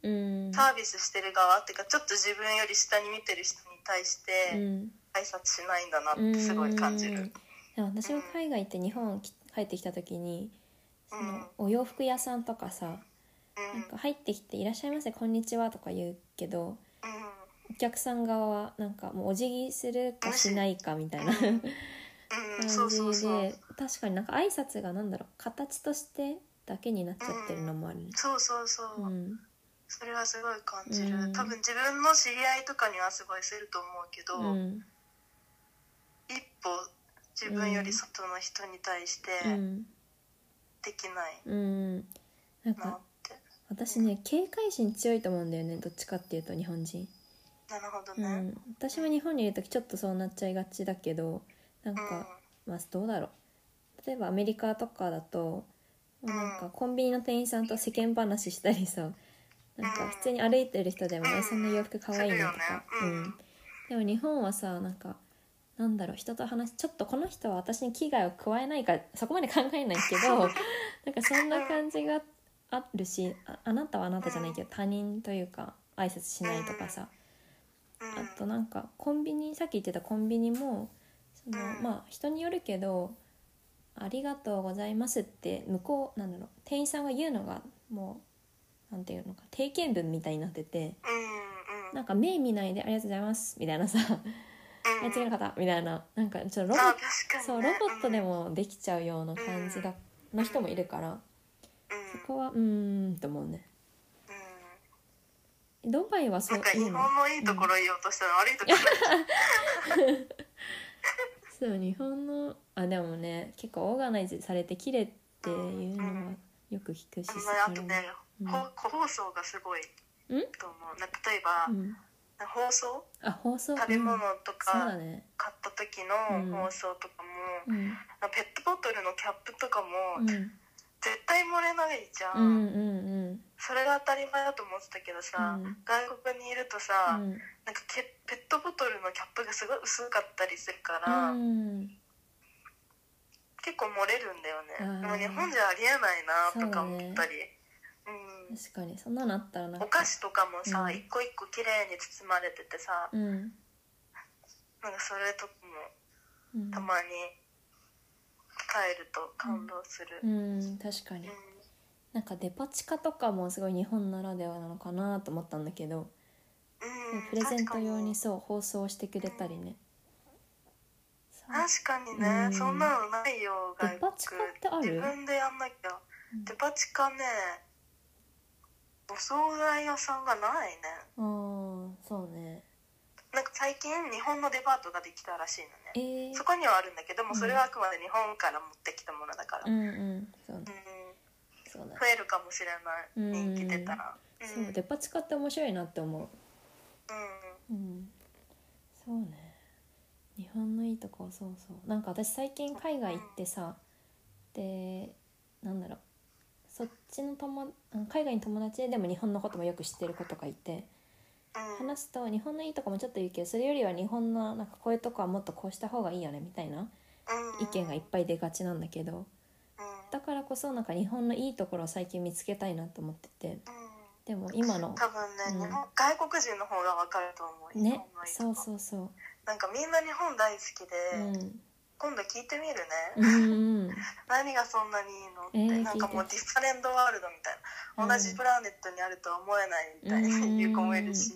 A: うん
B: サービスしてる側っていうかちょっと自分より下に見てる人に対し
A: う
B: て
A: ん
B: 挨拶しないんだなってすごい感じる、うん
A: うん私も海外行って日本き帰ってきた時にそ
B: うん
A: のお洋服屋さんとかさなんか入ってきて「いらっしゃいませこんにちは」とか言うけどお客さん側はなんかもうお辞儀するかしないかみたいな
B: うん
A: 感
B: うん、そうそう
A: じ
B: そう
A: で確かになんか挨拶がなんだろう形としてだけになっちゃってるのもあるね。
B: そうそうそう、
A: うん
B: それはすごい感じる、
A: うん
B: 多分自分の知り合いとかにはすごいすると思うけど、
A: うん
B: 一歩自分より外の人に対して
A: うん
B: できない
A: うんなん
B: なっ
A: か
B: て、
A: 私ね警戒心強いと思うんだよねどっちかっていうと日本人、
B: なるほど
A: う
B: ね、
A: ん、私も日本にいる時ちょっとそうなっちゃいがちだけどなん
B: うん
A: か、まあどうだろう例えばアメリカとかだと
B: ん
A: なんかコンビニの店員さんと世間話したりさなんか普通に歩いてる人でも「
B: うん
A: えそんな洋服かわいいね」とか、
B: するよねうん
A: でも日本はさなんかなんだろう人と話ちょっとこの人は私に危害を加えないかそこまで考えないけ どなんかそんな感じがあるしああなたはあなたじゃないけど他人というか挨拶しないとかさ
B: うん
A: あとなんかコンビニさっき言ってたコンビニもその
B: うん
A: まあ人によるけど「ありがとうございます」って向こうなんだろう店員さんが言うのがもうなんていうのか定見文みたいになってて
B: うんうん
A: なんか目見ないで「ありがとうございます」みたいなさ「あ違う
B: あ
A: 方」みたいななんかちょっとロボ
B: 確かにね
A: そうロボットで
B: も、
A: もできちゃうような感じだの人もいるから
B: うん
A: そこはうーんと思うね
B: うん
A: ドバイはそ
B: な
A: うん
B: か
A: い
B: 日
A: う
B: 本
A: の
B: のいいところ言おうとしたら悪いところ、
A: そう日本のあでもね結構オーガナイズされて綺麗っていうのはよく聞くし
B: あのあと
A: それ
B: ね、
A: うん
B: ほ個包装がすごい
A: ん
B: と思うな例えば
A: う、ん、
B: 包装
A: あ放送
B: 食べ物
A: うん
B: と
A: そうだ
B: か
A: ね
B: 買った時
A: うん
B: の包装とかも、
A: うん
B: ペットボトルのキャップとか
A: う
B: も
A: ん
B: 絶対漏れないじゃ
A: うんうん
B: ん、
A: うん
B: それが当たり前だと思ってたけどさ、
A: うん
B: 外国にいると
A: う
B: さ、
A: ん
B: なんかけペットボトルのキャップがすごい薄かったりするか
A: う
B: ら、
A: ん
B: 結構漏れるんだよね、
A: あー
B: でも日本じゃありえないなとか思ったりうん
A: 確かにそんなのあったらなんか
B: お菓子とかもさ、
A: うん
B: 一個一個綺麗に包まれててさ
A: うん
B: なんかそれとかも
A: うん
B: たまに帰ると感動する、
A: うん確かに
B: うん
A: なんかデパ地下とかもすごい日本ならではなのかなと思ったんだけど
B: うん
A: プレゼント用に
B: 確
A: そう包装してくれたりね
B: かに確かにね、
A: うん
B: そんなのないよ
A: デパ地下ってある
B: 自分でやんなきゃ
A: うん
B: デパ地下ねお惣菜屋さんがないね
A: あーそうね
B: なんか最近日本のデパートができたらしいのね
A: えー
B: そこにはあるんだけどもそれはあくまで日本から持ってきたものだから、
A: うんうんそうね
B: うん
A: そうだ
B: 増えるかもしれない人気出たらうん
A: そうデパ地下って面白いなって思
B: う
A: ううんそうね日本のいいとこそうそうなんか私最近海外行ってさでなんだろうそっちの友あ海外の友達でも日本のこともよく知ってる子とかいて
B: んうん
A: 話すと日本のいいとこもちょっと言うけどそれよりは日本のなんかこういうとこはもっとこうした方がいいよねみたいな意見がいっぱい出がちなんだけど
B: うん
A: だからこそなんか日本のいいところを最近見つけたいなと思ってて
B: うん
A: でも今の
B: 多分ね、
A: うん
B: 日本外国人の方がわかると思う
A: ねそう
B: う
A: そうそ
B: なんかみんな日本大好きで、
A: う、うん、
B: 今度聞いてみる
A: う
B: ね、
A: んうん
B: 何がそんなにいいのって、
A: えー
B: なんかもう
A: 聞い
B: ディファレントワールドみたいな、
A: うん
B: 同じプラネットにあるとは思えないみたいな
A: うん
B: 言う子もいるし、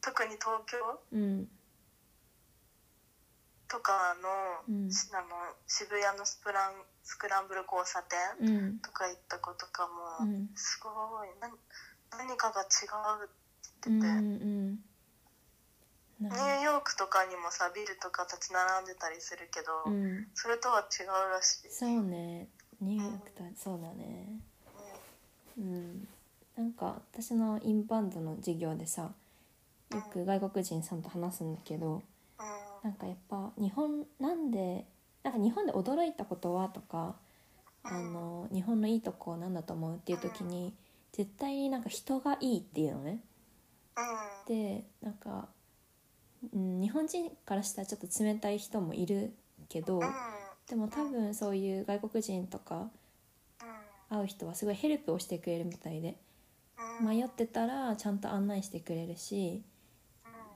B: 特に東京
A: うん
B: とか
A: う
B: の,、
A: ん
B: あの渋谷のスプランスクランブル交差点
A: うん
B: とか行った子とかも、
A: うん
B: すごい何何かが違うって
A: う
B: 言
A: ん
B: ってて、
A: うんな
B: ニューヨークとかにもさビルとか立ち並んでたりするけど、
A: うん
B: それとは違うらしい、
A: そうねニューヨークとはそうだねうんなんか私のインバウンドの授業でさよく外国人さんと話すんだけど
B: うん
A: なんかやっぱ日本なんでなんか日本で驚いたことはとかあの日本のいいとこなんだと思うっていう時に絶対になんか人がいいっていうのね
B: う
A: でなんか、うん、日本人からしたらちょっと冷たい人もいるけど
B: んうん
A: でも多分そういう外国人とか会う人はすごいヘルプをしてくれるみたいで
B: うん
A: 迷ってたらちゃんと案内してくれるし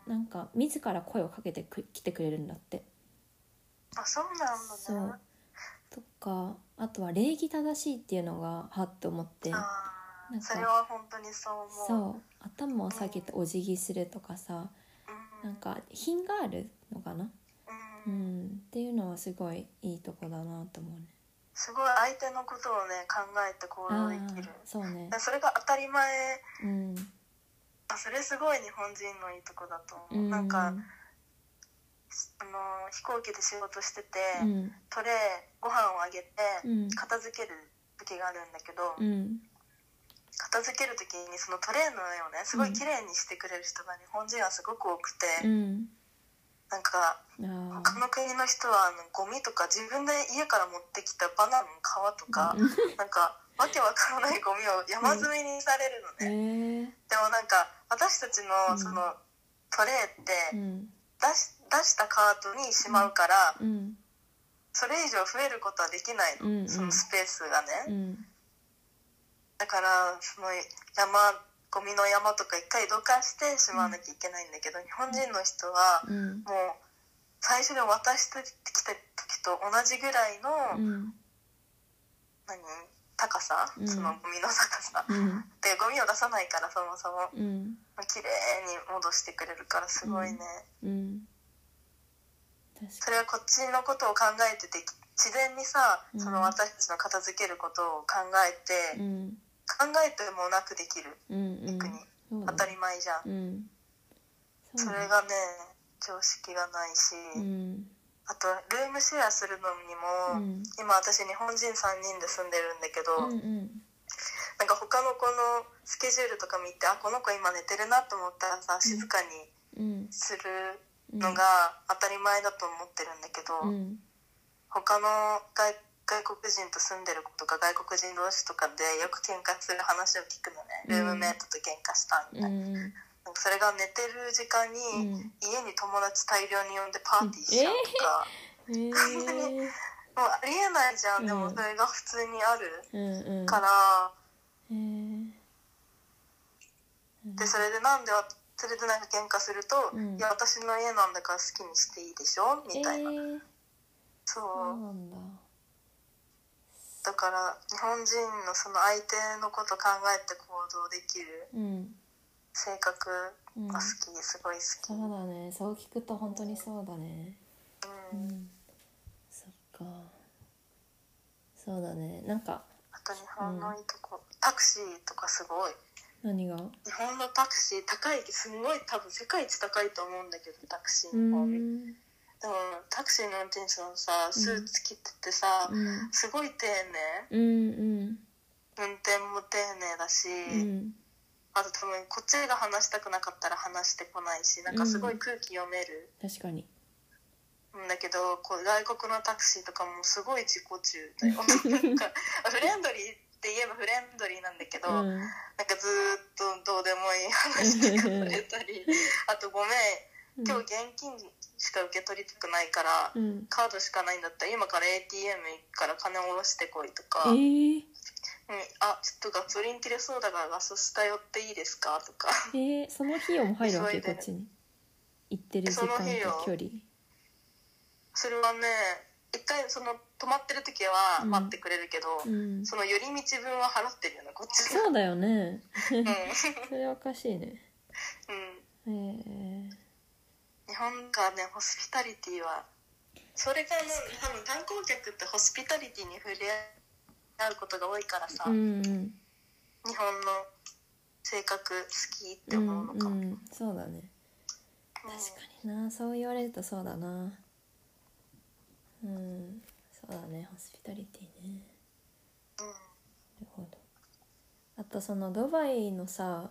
B: うん
A: なんか自ら声をかけてく来てくれるんだって。
B: あそうなんだね
A: そうとかあとは礼儀正しいっていうのがはっと思って
B: あー
A: なんか
B: それは本当にそう思う
A: そう頭を下げてお辞儀するとかさ
B: う
A: な
B: ん
A: んか品があるのかなう
B: う
A: んんっていうのはすごいいいとこだなと思うね
B: すごい相手のことをね考えて行動
A: あ
B: できる
A: あそうね
B: でそれが当たり前
A: うん
B: あそれすごい日本人のいいとこだと
A: う
B: 思う、なんかあの飛行機で仕事してて、
A: うん
B: トレーご飯をあげて
A: うん
B: 片付ける時があるんだけど、
A: うん
B: 片付ける時にそのトレーの上をねすごい綺麗にしてくれる人が日本人はすごく多くて、
A: うん
B: なん
A: あ
B: か他の国の人はあのゴミとか自分で家から持ってきたバナナの皮と
A: あ、
B: か
A: うん
B: なんかわけわからないゴミを山積みにされるの
A: え
B: ね、
A: ー
B: でもなんか私たち
A: う
B: の
A: ん
B: そのトレーって
A: うん
B: 出し出したカートにしまうから
A: うん
B: それ以上増えることはできないの、
A: うんうん
B: そのスペースがね、
A: うん
B: だからその山ゴミの山とか一回どかしてしまわなきゃいけないんだけど日本人の人は
A: うん
B: もう最初に渡してきた時と同じぐらいの、
A: うん
B: 何高さ、
A: うん
B: そのゴミの 高さ
A: うん
B: でゴミを出さないからそもそも
A: うん
B: 綺麗に戻してくれるからすごいね、
A: うん確
B: それはこっちのことを考えてて自然にさ
A: うん
B: その私たちの片付けることを考え
A: か
B: て、
A: にうん
B: 考えてもなくできる
A: うんうん
B: 逆に
A: そう
B: 当
A: だ
B: た
A: ね
B: り前じゃん、
A: うん
B: そ
A: そうだ
B: れ
A: ね
B: がね常識がないし、
A: うん
B: あとルームシェアするのに
A: う
B: も、
A: ん
B: 今私日本人3人で住んでるんだけど、
A: うんうん
B: なんか他の子のスケジュールとか見てあこの子今寝てるなと思ったらさ静かに
A: うん
B: する
A: うん
B: のが当たり前だと思ってるんだけど、
A: うん
B: 他の外外国人と住んでる子とか外国人同士とかでよく喧嘩する話を聞くのね、ルームメイトと喧嘩したみ
A: う
B: たいな、
A: んうん
B: なんかそれが寝てる時間に、
A: うん
B: 家に友達大量に呼んでパーティーしちゃうとか、
A: えー
B: もうありえないじゃん、で
A: う
B: も
A: ん
B: それが普通にある
A: うんうん
B: から、
A: えーうん
B: でそれでなんでわそれでなんか喧嘩すると、
A: うん
B: いや私の家なんだから好きにしていいでしょみたいな、
A: えーそう
B: そう
A: なんだ
B: だから日本人のその相手のこと考えて行動できる
A: うん
B: 性格
A: うん
B: が好き、すごい好き、
A: そううんだねそう聞くと本当にそうだねうんそっかそうだねなんか
B: あと日本のいいとこ、タクシーとかすごい
A: 何がう
B: 日本のタクシー高いすんごい多分世界一高いと思うんだけどタクシー
A: ー
B: の方、でも
A: ん
B: タクシーの運転手のさスーツ着ててさ、
A: うん
B: すごい丁寧
A: うんうん
B: 運転も丁寧だし、
A: うん
B: あと多分こっちが話したくなかったら話してこないしなんかすごい空気読める
A: 確かに
B: んだけど、こう外国のタクシーとかもすごい自己中 だよなんかフレンドリーって言えばフレンドリーなんだけど、
A: う
B: なん
A: ん
B: かずーっとどうでもいい話とかされ たりあとごめん
A: うん
B: 今日現金しか受け取りたくないから、
A: うん
B: カードしかないんだったら今から ATM 行くから金下ろしてこいと
A: え
B: か、うん、
A: ー
B: あちょっとガソリン切れそうだからガソスタ寄っていいですかとか。
A: えーその費用も入るわけ
B: 急いで
A: こっちに行ってる時
B: その
A: 間と
B: 費用
A: 距離
B: それはね一回その止まってる時は
A: うん
B: 待ってくれるけど、
A: うん
B: その寄り道分は払ってるよねこっちが
A: そうだよね
B: うん、うん、
A: それはおかしいねえー
B: 日本がねホスピタリティはそれがね多分観光客ってホスピタリティに触れ合うことが多いからさ、
A: うんうん
B: 日本の性格好きって
A: うん
B: 思うのかも、うん
A: うんそうだね確かになそう言われるとそうだなうんそうだねホスピタリティね
B: うん
A: なるほどあとそのドバイのさ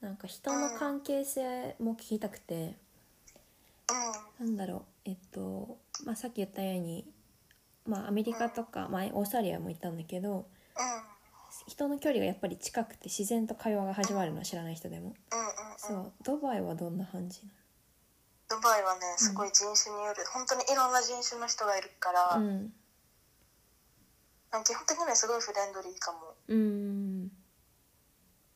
A: なんか人の関係性も聞きたくてなんだろうえっと、まあ、さっき言ったように、まあ、アメリカとか、まあ、オーストラリアも行ったんだけど人の距離がやっぱり近くて自然と会話が始まるの知らない人でも
B: うんうん
A: そ
B: うんうん
A: うドバイはどんな感じ
B: ドバイはねすごい人種による、本当にいろんな人種の人がいるから、
A: なのうん
B: なんか基本的にはすごいフレンドリーかも
A: うん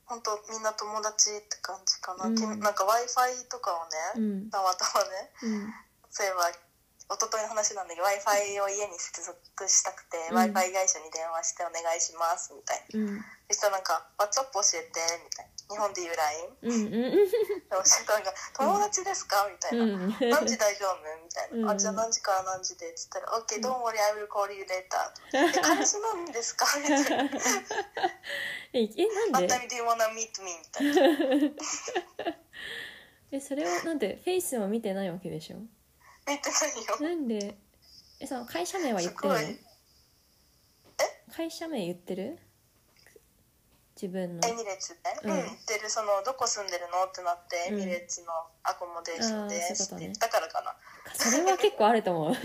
B: 本当みんな友達って感じかな、
A: うん
B: きなんか w i f i とかを
A: う
B: ね、
A: ん
B: たまたま
A: う
B: ね
A: ん
B: そういえば一昨日の話なんだけど w i f i を家に接続したくて、
A: うん
B: w i f i 会社に電話してお願いしますみたいな
A: うん
B: そしたらなんか「WhatsApp 教えて」みたいな日本でいう LINE
A: うんうん
B: 教えたのが「友達ですか?」みたいな。
A: うん
B: 何時大丈夫みたいな、
A: う
B: あ
A: ん
B: じゃあ何時から何時でっつったら「OK don't worry I will call you later」で「彼氏なんですか?」みたい な
A: ええ
B: 「
A: な
B: あ
A: ん
B: んた
A: で
B: に do you wanna meet me」みた いな
A: えそれをなんでフェイスも見てないわけでしょ
B: 言ってないよ
A: なんでえその会社名は言ってるの
B: すごい
A: 会社名言ってる自分の
B: エミレッツね、
A: うん
B: うん、言ってるそのどこ住んでるのってなって、
A: うん
B: エミレッツのアコモデーション
A: あー
B: です
A: そう
B: って
A: いう
B: 言
A: ことね
B: ったからかな
A: それは結構あると思 う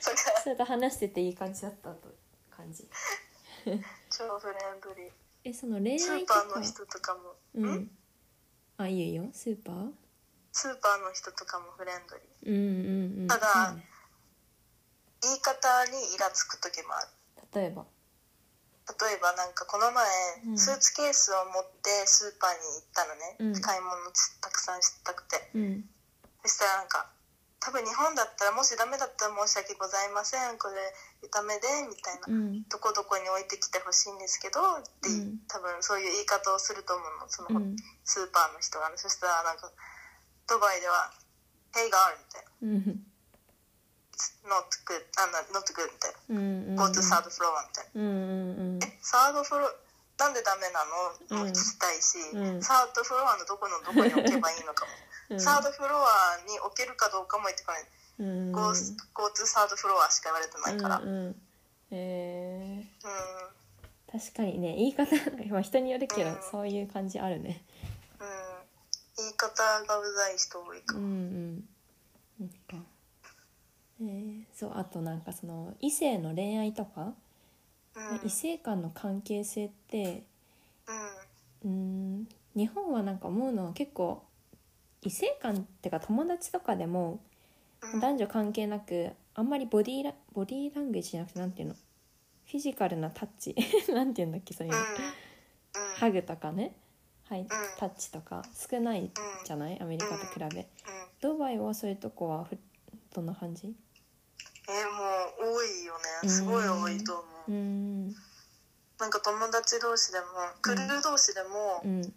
B: それから
A: それと話してていい感じだったと感じ
B: 超フレンドリー
A: えその恋
B: スー
A: 愛と
B: パ
A: か
B: ーの人とかも、
A: う
B: うん
A: んあいいよいいよスーパー
B: スーパーの人とかもフレンドリー
A: うんうんうん
B: ただ
A: そうね
B: 言い方にイラつく時もある
A: 例えば
B: 例えばなんかこの前、
A: うん
B: スーツケースを持ってスーパーに行ったのね、
A: うん
B: 買い物たくさんしたくて
A: うん
B: そしたらなんか多分日本だったらもしダメだったら申し訳ございませんこれダメでみたいな、
A: うん
B: どこどこに置いてきてほしいんですけどって、
A: うん
B: 多分そういう言い方をすると思うのその、
A: うん
B: スーパーの人がねそしたらなんかドバイでは「Hey girl」みたいな
A: うん
B: 「Not good」あ「Not good」みたいな
A: うんうんう
B: 「
A: ん
B: Go to third floor」みたいな。
A: うんうんうん
B: サードフロなんでダメなのも聞きたいし、
A: うんうん
B: サードフロアのどこのどこに置けばいいのかも、
A: うん
B: サードフロアに置けるかどうかも言ってこない、
A: うんうん
B: ゴースゴートゥサードフロアしか言われてないから、うん
A: うんうんえ
B: う
A: ー確かにね言い方 まあ人によるけど
B: うん
A: そういう感じあるね
B: ん言い方がうざい人多いか
A: う
B: も、
A: んうんそっかえーそうあとなんかその異性の恋愛とか、
B: うん
A: 異性間の関係性って
B: うん
A: うーん日本はなんか思うのは結構異性間ってか友達とかでも
B: うん
A: 男女関係なくあんまりボディーラボディーランゲージじゃなくてなんていうのフィジカルなタッチ なんていうんだっけそういう
B: うん
A: の、
B: うん
A: ハグとかね、はい、タッチとか少ないじゃないアメリカと比べ、
B: うん
A: ドバイはそういうとこはふどんな感じ
B: えもう多いよねすごい多いと思う、
A: うん
B: なんか友達同士でもクルー同士でも、
A: うんうん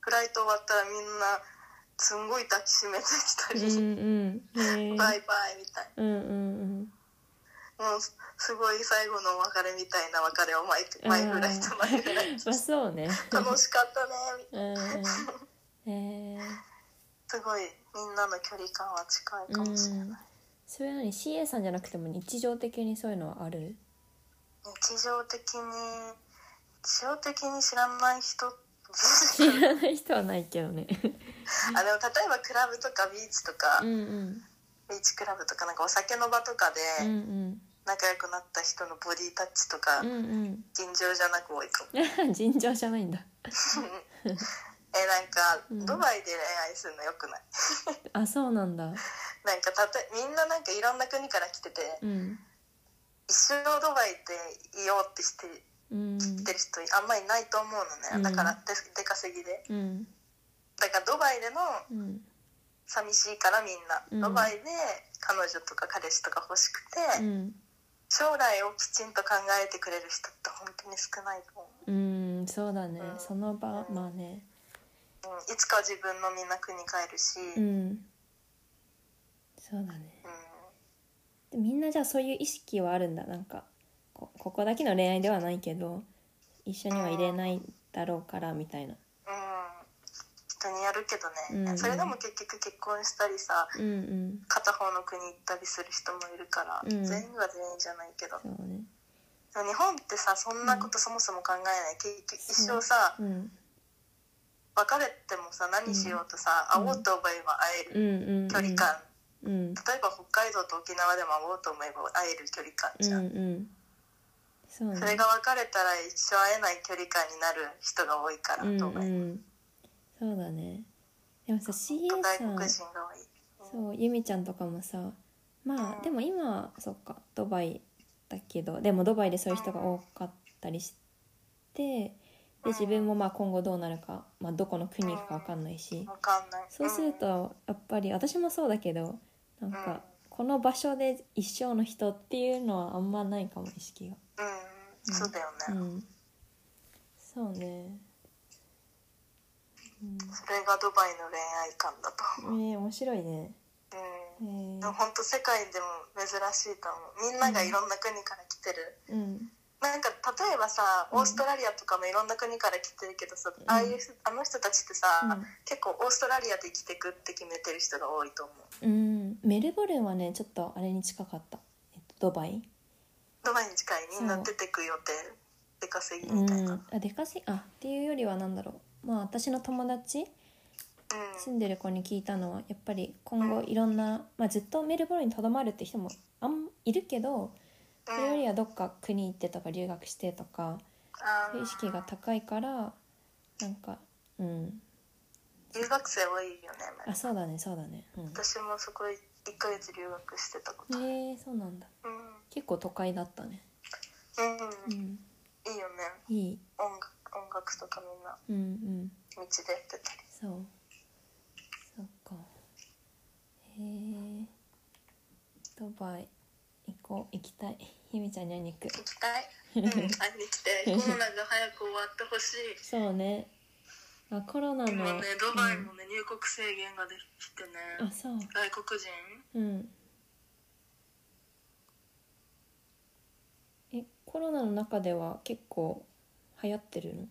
B: フライト終わったらみんなすんごい抱きしめてきた
A: う
B: り、
A: んへー
B: バイバイみたい
A: うんうん
B: なもうすすごい最後のお別れみたいな別れを毎
A: うん
B: 毎フライト毎フラ
A: う
B: イ
A: ん
B: ト
A: まあそう ね
B: 楽しかったねみたいな
A: うんうんえー
B: すごいみんなの距離感は近いかもしれない、
A: それなのに CA さんじゃなくても日常的にそういうのはある
B: 日常的に日常的に知らない人
A: 知らない人はないけど ね
B: あでも例えばクラブとかビーチとか、
A: うんうん
B: ビーチクラブとかなんかお酒の場とかで
A: うんうん
B: 仲良くなった人のボディタッチとか
A: うん
B: 尋常じゃなく多いかも
A: うん 尋常じゃないんだ
B: えなんか、
A: うん
B: ドバイで恋愛するのよくない
A: あそうなんだ
B: なんかたとみんななんかいろんな国から来てて
A: うん
B: 一生ドバイでいようってして
A: うん
B: 来てる人あんまりいないと思うのね、
A: うん
B: だから出出稼ぎで
A: うん
B: だからドバイでの
A: うん
B: 寂しいからみんな、
A: うん
B: ドバイで彼女とか彼氏とか欲しく
A: う
B: て、
A: ん
B: 将来をきちんと考えてくれる人って本当に少ないと思う、
A: うんそうだねその場
B: うん
A: まあね
B: うん、いつかは自分のみんな国帰るし、
A: う
B: うん
A: んそうだねでみんなじゃあそういう意識はあるんだなんかこここだけの恋愛ではないけど一緒には入れないだろうからみたいな
B: うん人にやるけどね、
A: うん
B: それでも結局結婚したりさ
A: うんうん
B: 片方の国行ったりする人もいるから、
A: うん
B: 全員は全員じゃないけど
A: そうね
B: でも日本ってさそんなことそもそも考えない、結局一生さ
A: うん
B: 別れてもさ何しようとさ、
A: うん
B: 会おうと思えば会え
A: う
B: る
A: んうんうん
B: 距離感、
A: うん
B: 例えば北海道と沖縄でも会おうと思えば会える距離感
A: うん
B: じゃん、
A: うんそうね
B: それが別れたら一生会えない距離感になる人が多いから、
A: うんう
B: ドバイ
A: んそうだねでもさ CA
B: 外
A: さん
B: 国人が多い、
A: そうゆみちゃんとかもさまあでも今そっかドバイだけどでもドバイでそういう人が多かったりしてで自分もまあ今後どうなるか、まあ、どこの国行くか分かんないし
B: わかんない
A: そうするとやっぱり私もそうだけどなんかこの場所で一生の人っていうのはあんまないかも意識が。
B: うん、うん、そうだよ
A: う
B: ね、
A: ん、そうね、
B: それがドバイの恋愛観だと思う
A: うん、えー面白いね。
B: うん
A: えー
B: でも本当世界でも珍しいと思うみんながいろんな国から来て
A: う
B: る、
A: ん
B: なんか例えばさ
A: うん
B: オーストラリアとかもいろんな国から来てるけどさ、
A: ん
B: ああいう人あの人たちってさ、
A: うん
B: 結構オーストラリアで生きてくって決めてる人が多いと思う
A: うんメルボルンはねちょっとあれに近かった、えっと、ドバイ
B: ドバイに近いみんな出てく予定出稼ぎみたいな、うん
A: あ出稼ぎあっていうよりはなんだろうまあ私の友達住んでる子に聞いたのはやっぱり今後いろんな、まあ、ずっとメルボルンにとどまるって人もあんいるけどそれよりはどっか国行ってとか留学してとか
B: あ
A: そういう意識が高いからなんかうん
B: ー留学生多いよね
A: あそうだねそうだねうん
B: 私もそこ1ヶ月留学してたことある
A: えー、そうなんだ
B: うん、
A: 結構都会だったね
B: う
A: う
B: ん
A: ん
B: いいよね
A: いい
B: 音楽音楽とかみんな
A: うんうん
B: 道でやってたり
A: そうそっかへえドバイ行こう行きたいひめちゃんに会いに行く
B: 行きたい、うん、会いに来てコロナが早く終わってほし い
A: そうねあコロナの
B: 今ねドバイもね、入国制限ができて
A: うん、あ
B: ね
A: そう
B: 外国人
A: うんえコロナの中では結構流行ってるの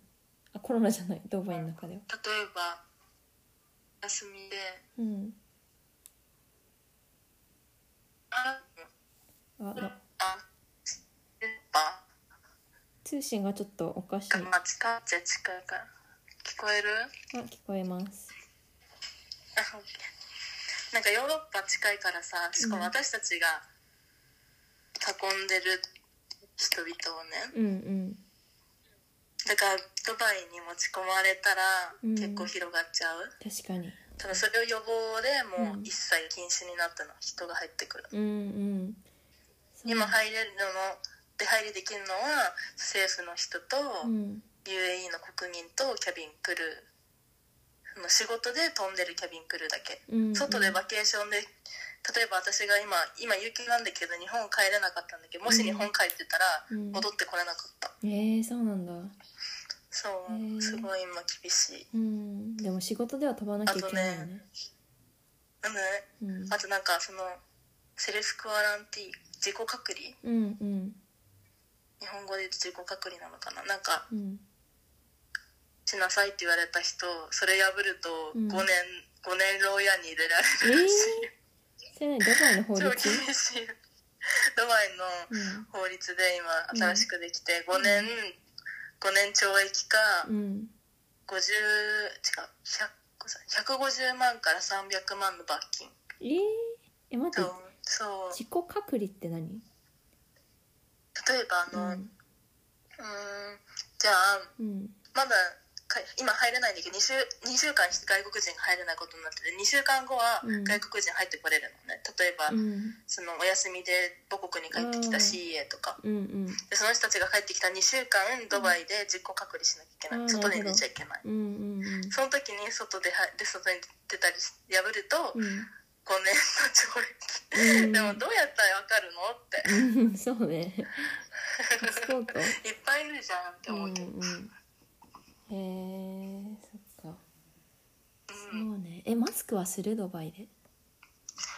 A: あコロナじゃないドバイの中では
B: 例えば休みで
A: うん
B: あ
A: あな
B: ああ
A: 通信がちょっとおかしい
B: まあ近いっちゃ近いから聞こえる
A: あ聞こえます
B: あなんかヨーロッパ近いからさしかも私たちが囲んでる人々をね
A: うんうん
B: だからドバイに持ち込まれたら
A: うん
B: 結構広がっちゃう、
A: 確かに
B: ただそれを予防でも
A: う
B: うん一切禁止になったの人が入ってくる
A: うんうんそう
B: 今入れるのの出入りできるのは政府の人と
A: うん
B: UAE の国民とキャビンクルーの仕事で飛んでるキャビンクルーだけ
A: うんうん
B: 外でバケーションで例えば私が今今有給なんだけど日本帰れなかったんだけどもし日本帰ってたら
A: うん
B: 戻ってこれなかった、
A: えー、そうなんだ
B: そ
A: へえ
B: うすごい今厳しい、
A: うんでも仕事では飛ばなきゃいけないよね
B: うん、
A: うん
B: あとなんかそのセルフクワランティー自己隔離
A: うんうん
B: 日本語で言うと自己隔離なのかななんか
A: うん
B: しなさいって言われた人それ破ると
A: うん
B: 5年、5年牢屋に入れら
A: え
B: れる
A: ー
B: らしい、、
A: それ何ドバイの法
B: 超
A: 律
B: 厳しいドバイの
A: うん
B: 法律で今新しくできて5年、5年懲役か、
A: うん
B: 50違う100 150万から300万の罰金
A: えー、え待
B: と
A: って
B: そう
A: 自己隔離って何
B: 例えばあ
A: う
B: の、うん、
A: ん
B: んじゃあ
A: うん
B: まだか今入れないんだけど2週 ,2 週間外国人が入れないことになってて2週間後は
A: うん
B: 外国人入ってこれるのね、例えば、
A: うん
B: そのお休みで母国に帰ってきた CA とか
A: うんうん
B: でその人たちが帰ってきた2週間ドバイで自己隔離しなきゃいけな
A: う
B: い、
A: ん
B: 外に出ちゃいけない、
A: うんうん
B: その時に外ではで外に出たりし破ると、
A: うん
B: 5年 の
A: うん
B: 懲役 でもどうやったらわかるのって
A: うんそうねパスポート
B: いっぱいいるじゃんって
A: うん
B: 思
A: う
B: うけど、
A: んへえそっか
B: う
A: そ
B: ん
A: うねえマスクはするドバイで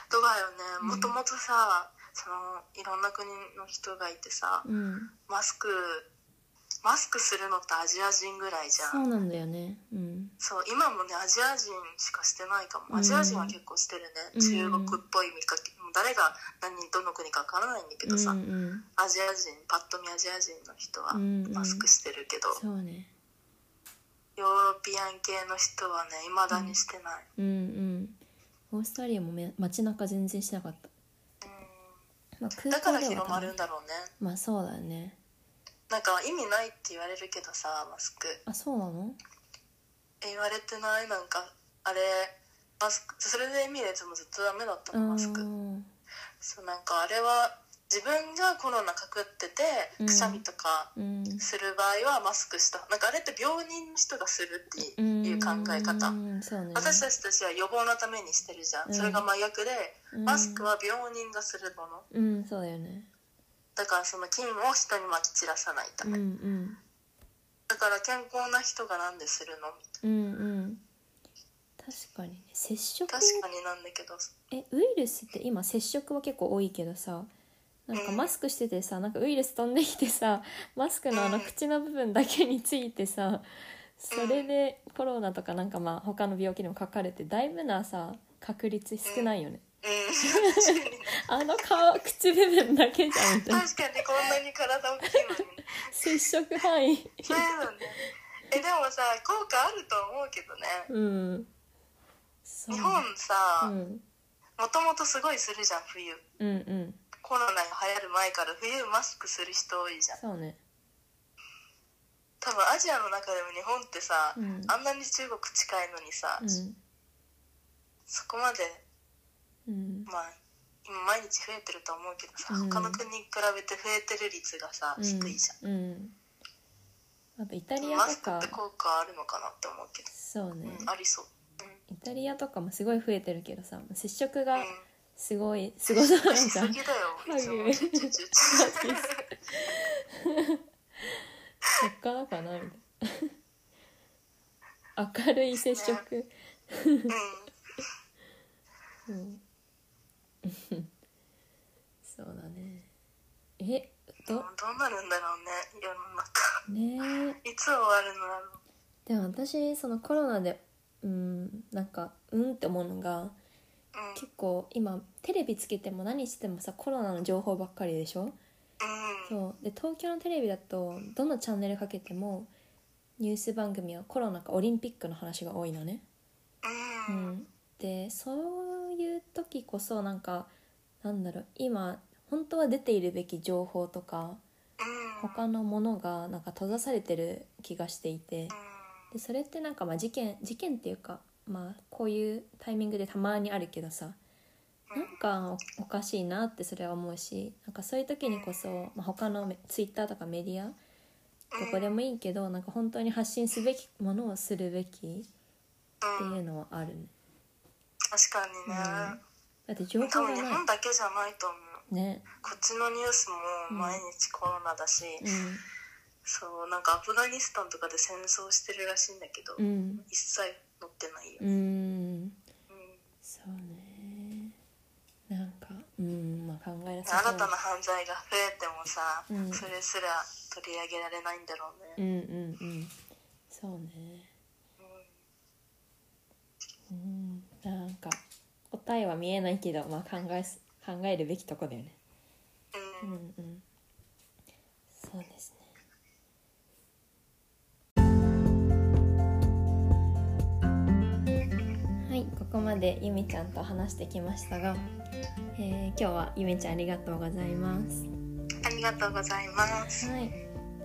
B: ドバイは
A: う
B: ね
A: ん
B: もともとさそのいろんな国の人がいてさ
A: うん
B: マスクマスクするのってアジア人ぐらいじ
A: そ
B: ゃん
A: うなんだよねうん
B: そう今もねアジア人しかしてないか
A: うん
B: もアジア人は結構してる
A: うん
B: ね、中国っぽい見かけもう誰が何人どの国かわからないんだけどさ、
A: うんうん
B: アジア人パッと見アジア人の人は
A: うんうん
B: マスクしてるけど、
A: そうね
B: ヨーロピアン系の人はねいまだにしてない、
A: うんうんオーストラリアもめ街中全然しなかった、
B: うん
A: まあ、空
B: だから
A: 港では
B: 広ま
A: 多
B: るん
A: 分
B: だろうね
A: まあそうだよね
B: なんか意味ないって言われるけどさマスク
A: あそうなの
B: え言われてないなんかあれマスクそれでエミレーツもずっとダメだったのマス
A: あ
B: ク
A: ー
B: そうなんかあれは自分がコロナかくって
A: う
B: て
A: ん
B: くしゃみとか
A: うん
B: する場合はマスクした、なんかあれって病人の人がするっていう考え方、
A: うんそうね
B: 私たちたちは予防のためにしてるじゃん、
A: うん
B: それが真逆で
A: うん
B: マスクは病人がするもの
A: うんそうだよね
B: だからその菌を人にまき散らさないた
A: うん
B: め、
A: うん
B: だから健康な人がなんでする
A: う
B: のみ
A: んうん確かにね接触
B: 確かになんだけど
A: えウイルスって今接触は結構多いけどさなんか
B: うん
A: マスクしててさなんかウイルス飛んできてさ マスクのあの
B: うん
A: 口の部分だけについてさそれでコロナとかなんかまあ他の病気にもかかるってだいぶなさ確率少ないよね、
B: うん、
A: あの顔口部分だけじゃんみたいな
B: 確かにこんなに体大きいのに
A: 接触範囲
B: そうよねえでもさ効果あると思うけどね
A: うんそう
B: 日本
A: う
B: さ
A: ん
B: もともとすごいするじゃん冬
A: うんうん
B: コロナが流行る前から冬マスクする人多いじゃん
A: そうね
B: 多分アジアの中でも日本ってさ、
A: うん
B: あんなに中国近いのにさ、
A: うん
B: そこまで
A: うん
B: まあ今毎日増えてると思うけどさ、
A: うん
B: 他の国に比べて増えてる率がさ、
A: うん
B: 低いじゃん
A: うんあとイタリア
B: マ
A: と
B: スク
A: か
B: って効果あるのかなって思うけど、
A: そうね
B: うん、ありそう、
A: イタリアとかもすごい増えてるけどさ接触
B: う
A: が
B: ん、
A: すごいすごそう
B: うん
A: じ
B: し
A: ゃ
B: す
A: ん
B: ぎだよ いつも
A: ハゲ
B: ちょちょちょちょ
A: 結果だかなみたいな明るい接触、
B: うん
A: うん、そうだねえど
B: どうなるんだろうね世の中
A: ねえ
B: いつ終わるのだろう
A: でも私そのコロナでうんなんかうんって思うのが
B: うん
A: 結構今テレビつけても何してもさコロナの情報ばっかりでしょ
B: うん
A: そうで東京のテレビだとどのチャンネルかけてもニュース番組はコロナかオリンピックの話が多いのね、う
B: うん
A: ん、でそういう時こそなんかなんだろう今本当は出ているべき情報とか
B: うん
A: 他のものがなんか閉ざされてる気がしていて
B: う
A: でそれってなんかまあ事件事件っていうか、まあ、こういうタイミングでたまにあるけどさ
B: ん
A: なんかおかしいなってそれは思うしなんかそういう時にこそ、まあ、他のツイッターとかメディアどこでもいいけどなんか本当に発信すべきものをするべきって
B: うん
A: いうのはあるね
B: 確かにね、
A: だって情報
B: 多
A: が
B: 分日
A: な
B: 本だけじゃないと思う
A: いね
B: こっちのニュースも毎日コロナだし、そうなんかアフガニスタンとかで戦争してるらしいんだけど、
A: うんうん
B: 一切載ってないよ、
A: うん
B: うん
A: そうねなんかうんまあ考えなさ
B: 新
A: そ
B: た
A: う
B: な犯罪が増えてもさ、
A: うん
B: それすら取り上げられないんだろう
A: うん
B: ね、
A: うんうんそうねうんなんか答えは見えないけど、まあ、考えす考えるべきとこだよねう
B: うん
A: ん
B: うん
A: うんそうですねはいここまでゆみちゃんと話してきましたが、えー今日はゆみちゃんありがとうございます
B: ありがとうございます
A: はい、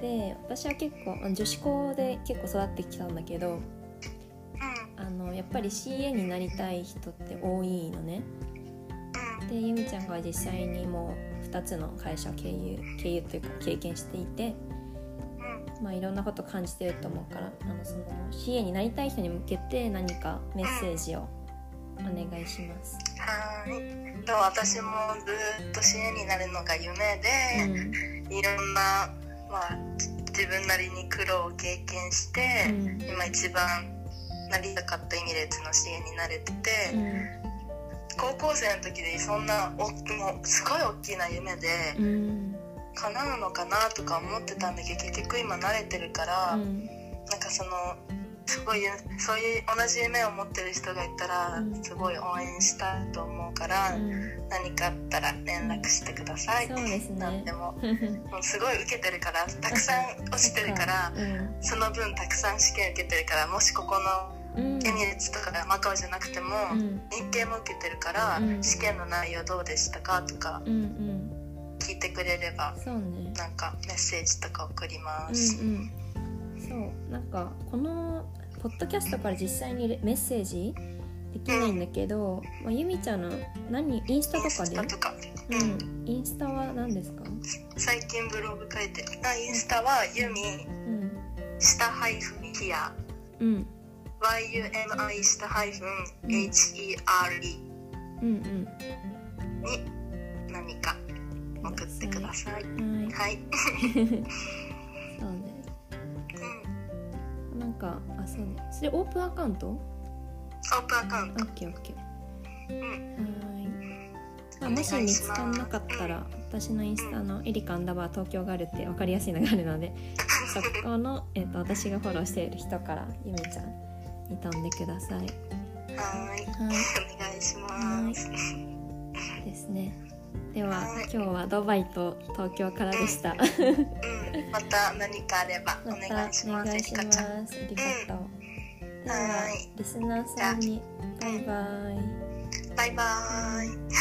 A: で私は結構あの女子校で結構育ってきたんだけど
B: うんうん
A: あのやっぱり CA になりたい人って多いのねでゆみちゃんが実際にもう2つの会社を経由経由というか経験していて、
B: うん
A: まあ、いろんなこと感じてると思うからあのその CA になりたい人に向けて何かメッセージをお願いします。
B: はーいでも私もずっと支援になるのが夢
A: う
B: で、
A: ん
B: いろんな、まあ、自分なりに苦労を経験して、
A: うん
B: 今一番なりたかったエミレーツの支援になれてて、
A: うん
B: 高校生の時にそんなおもうすごい大きな夢で
A: うん
B: 叶うのかなとか思ってたんだけど結局今慣れてるから、
A: うん
B: なんかそのすごいそういう同じ夢を持ってる人がいたら、
A: うん
B: すごい応援したいと思うから、
A: うん
B: 何かあったら連絡してください、
A: そうですね
B: なんでももうすごい受けてるからたくさん落ちてるから
A: うん
B: その分たくさん試験受けてるからもしここ
A: う
B: の
A: ん
B: エミレーツとかマカオじゃなくても、
A: うん
B: 認定も受けてるから、
A: うん
B: 試験の内容どうでしたかとか
A: うんうん
B: 聞いてくれれば
A: そうね
B: なんかメッセージとか送ります。
A: うんうん、そうなんかこのポッドキャストから実際にレメッセージできないんだけど、まあ、ゆみちゃんの何インスタ
B: イ
A: と
B: ン
A: か
B: ス
A: で、
B: タとか、
A: う
B: うん
A: ん、インスタは何ですか、
B: 最近ブログ書いてるあインスタはユミ
A: うん
B: 下ハイフンヒア
A: うん、
B: YUMI 下ハイフ
A: う
B: ン
A: ん
B: HERE に
A: うん
B: 何か送ってください。
A: うんはい
B: はい、
A: そうね
B: うん、オ
A: なんかあそうねそれオープンアカウント
B: ープンアカウン
A: オ
B: ト
A: ッケーオッケー
B: うん
A: はーい、まあ、
B: お願
A: も
B: いし
A: し
B: ます
A: 見つからなかったら私のインスタのエリカアンダーバー東京ガールって分かりやすいのがあるのでそこの、えっと私がフォローしている人からゆみちゃんに飛んでください。
B: はーい。
A: はい
B: お願いします。
A: ですねでは
B: はい
A: 今日はドバイと東京からでしたま
B: うん、また何かあればお
A: たお
B: 願
A: 願
B: い
A: い
B: し
A: し
B: ま。
A: ますすあ
B: エ
A: り
B: リカちゃん。
A: がとうでは
B: はい
A: リスナーさんにバイバイ
B: バイバーイ。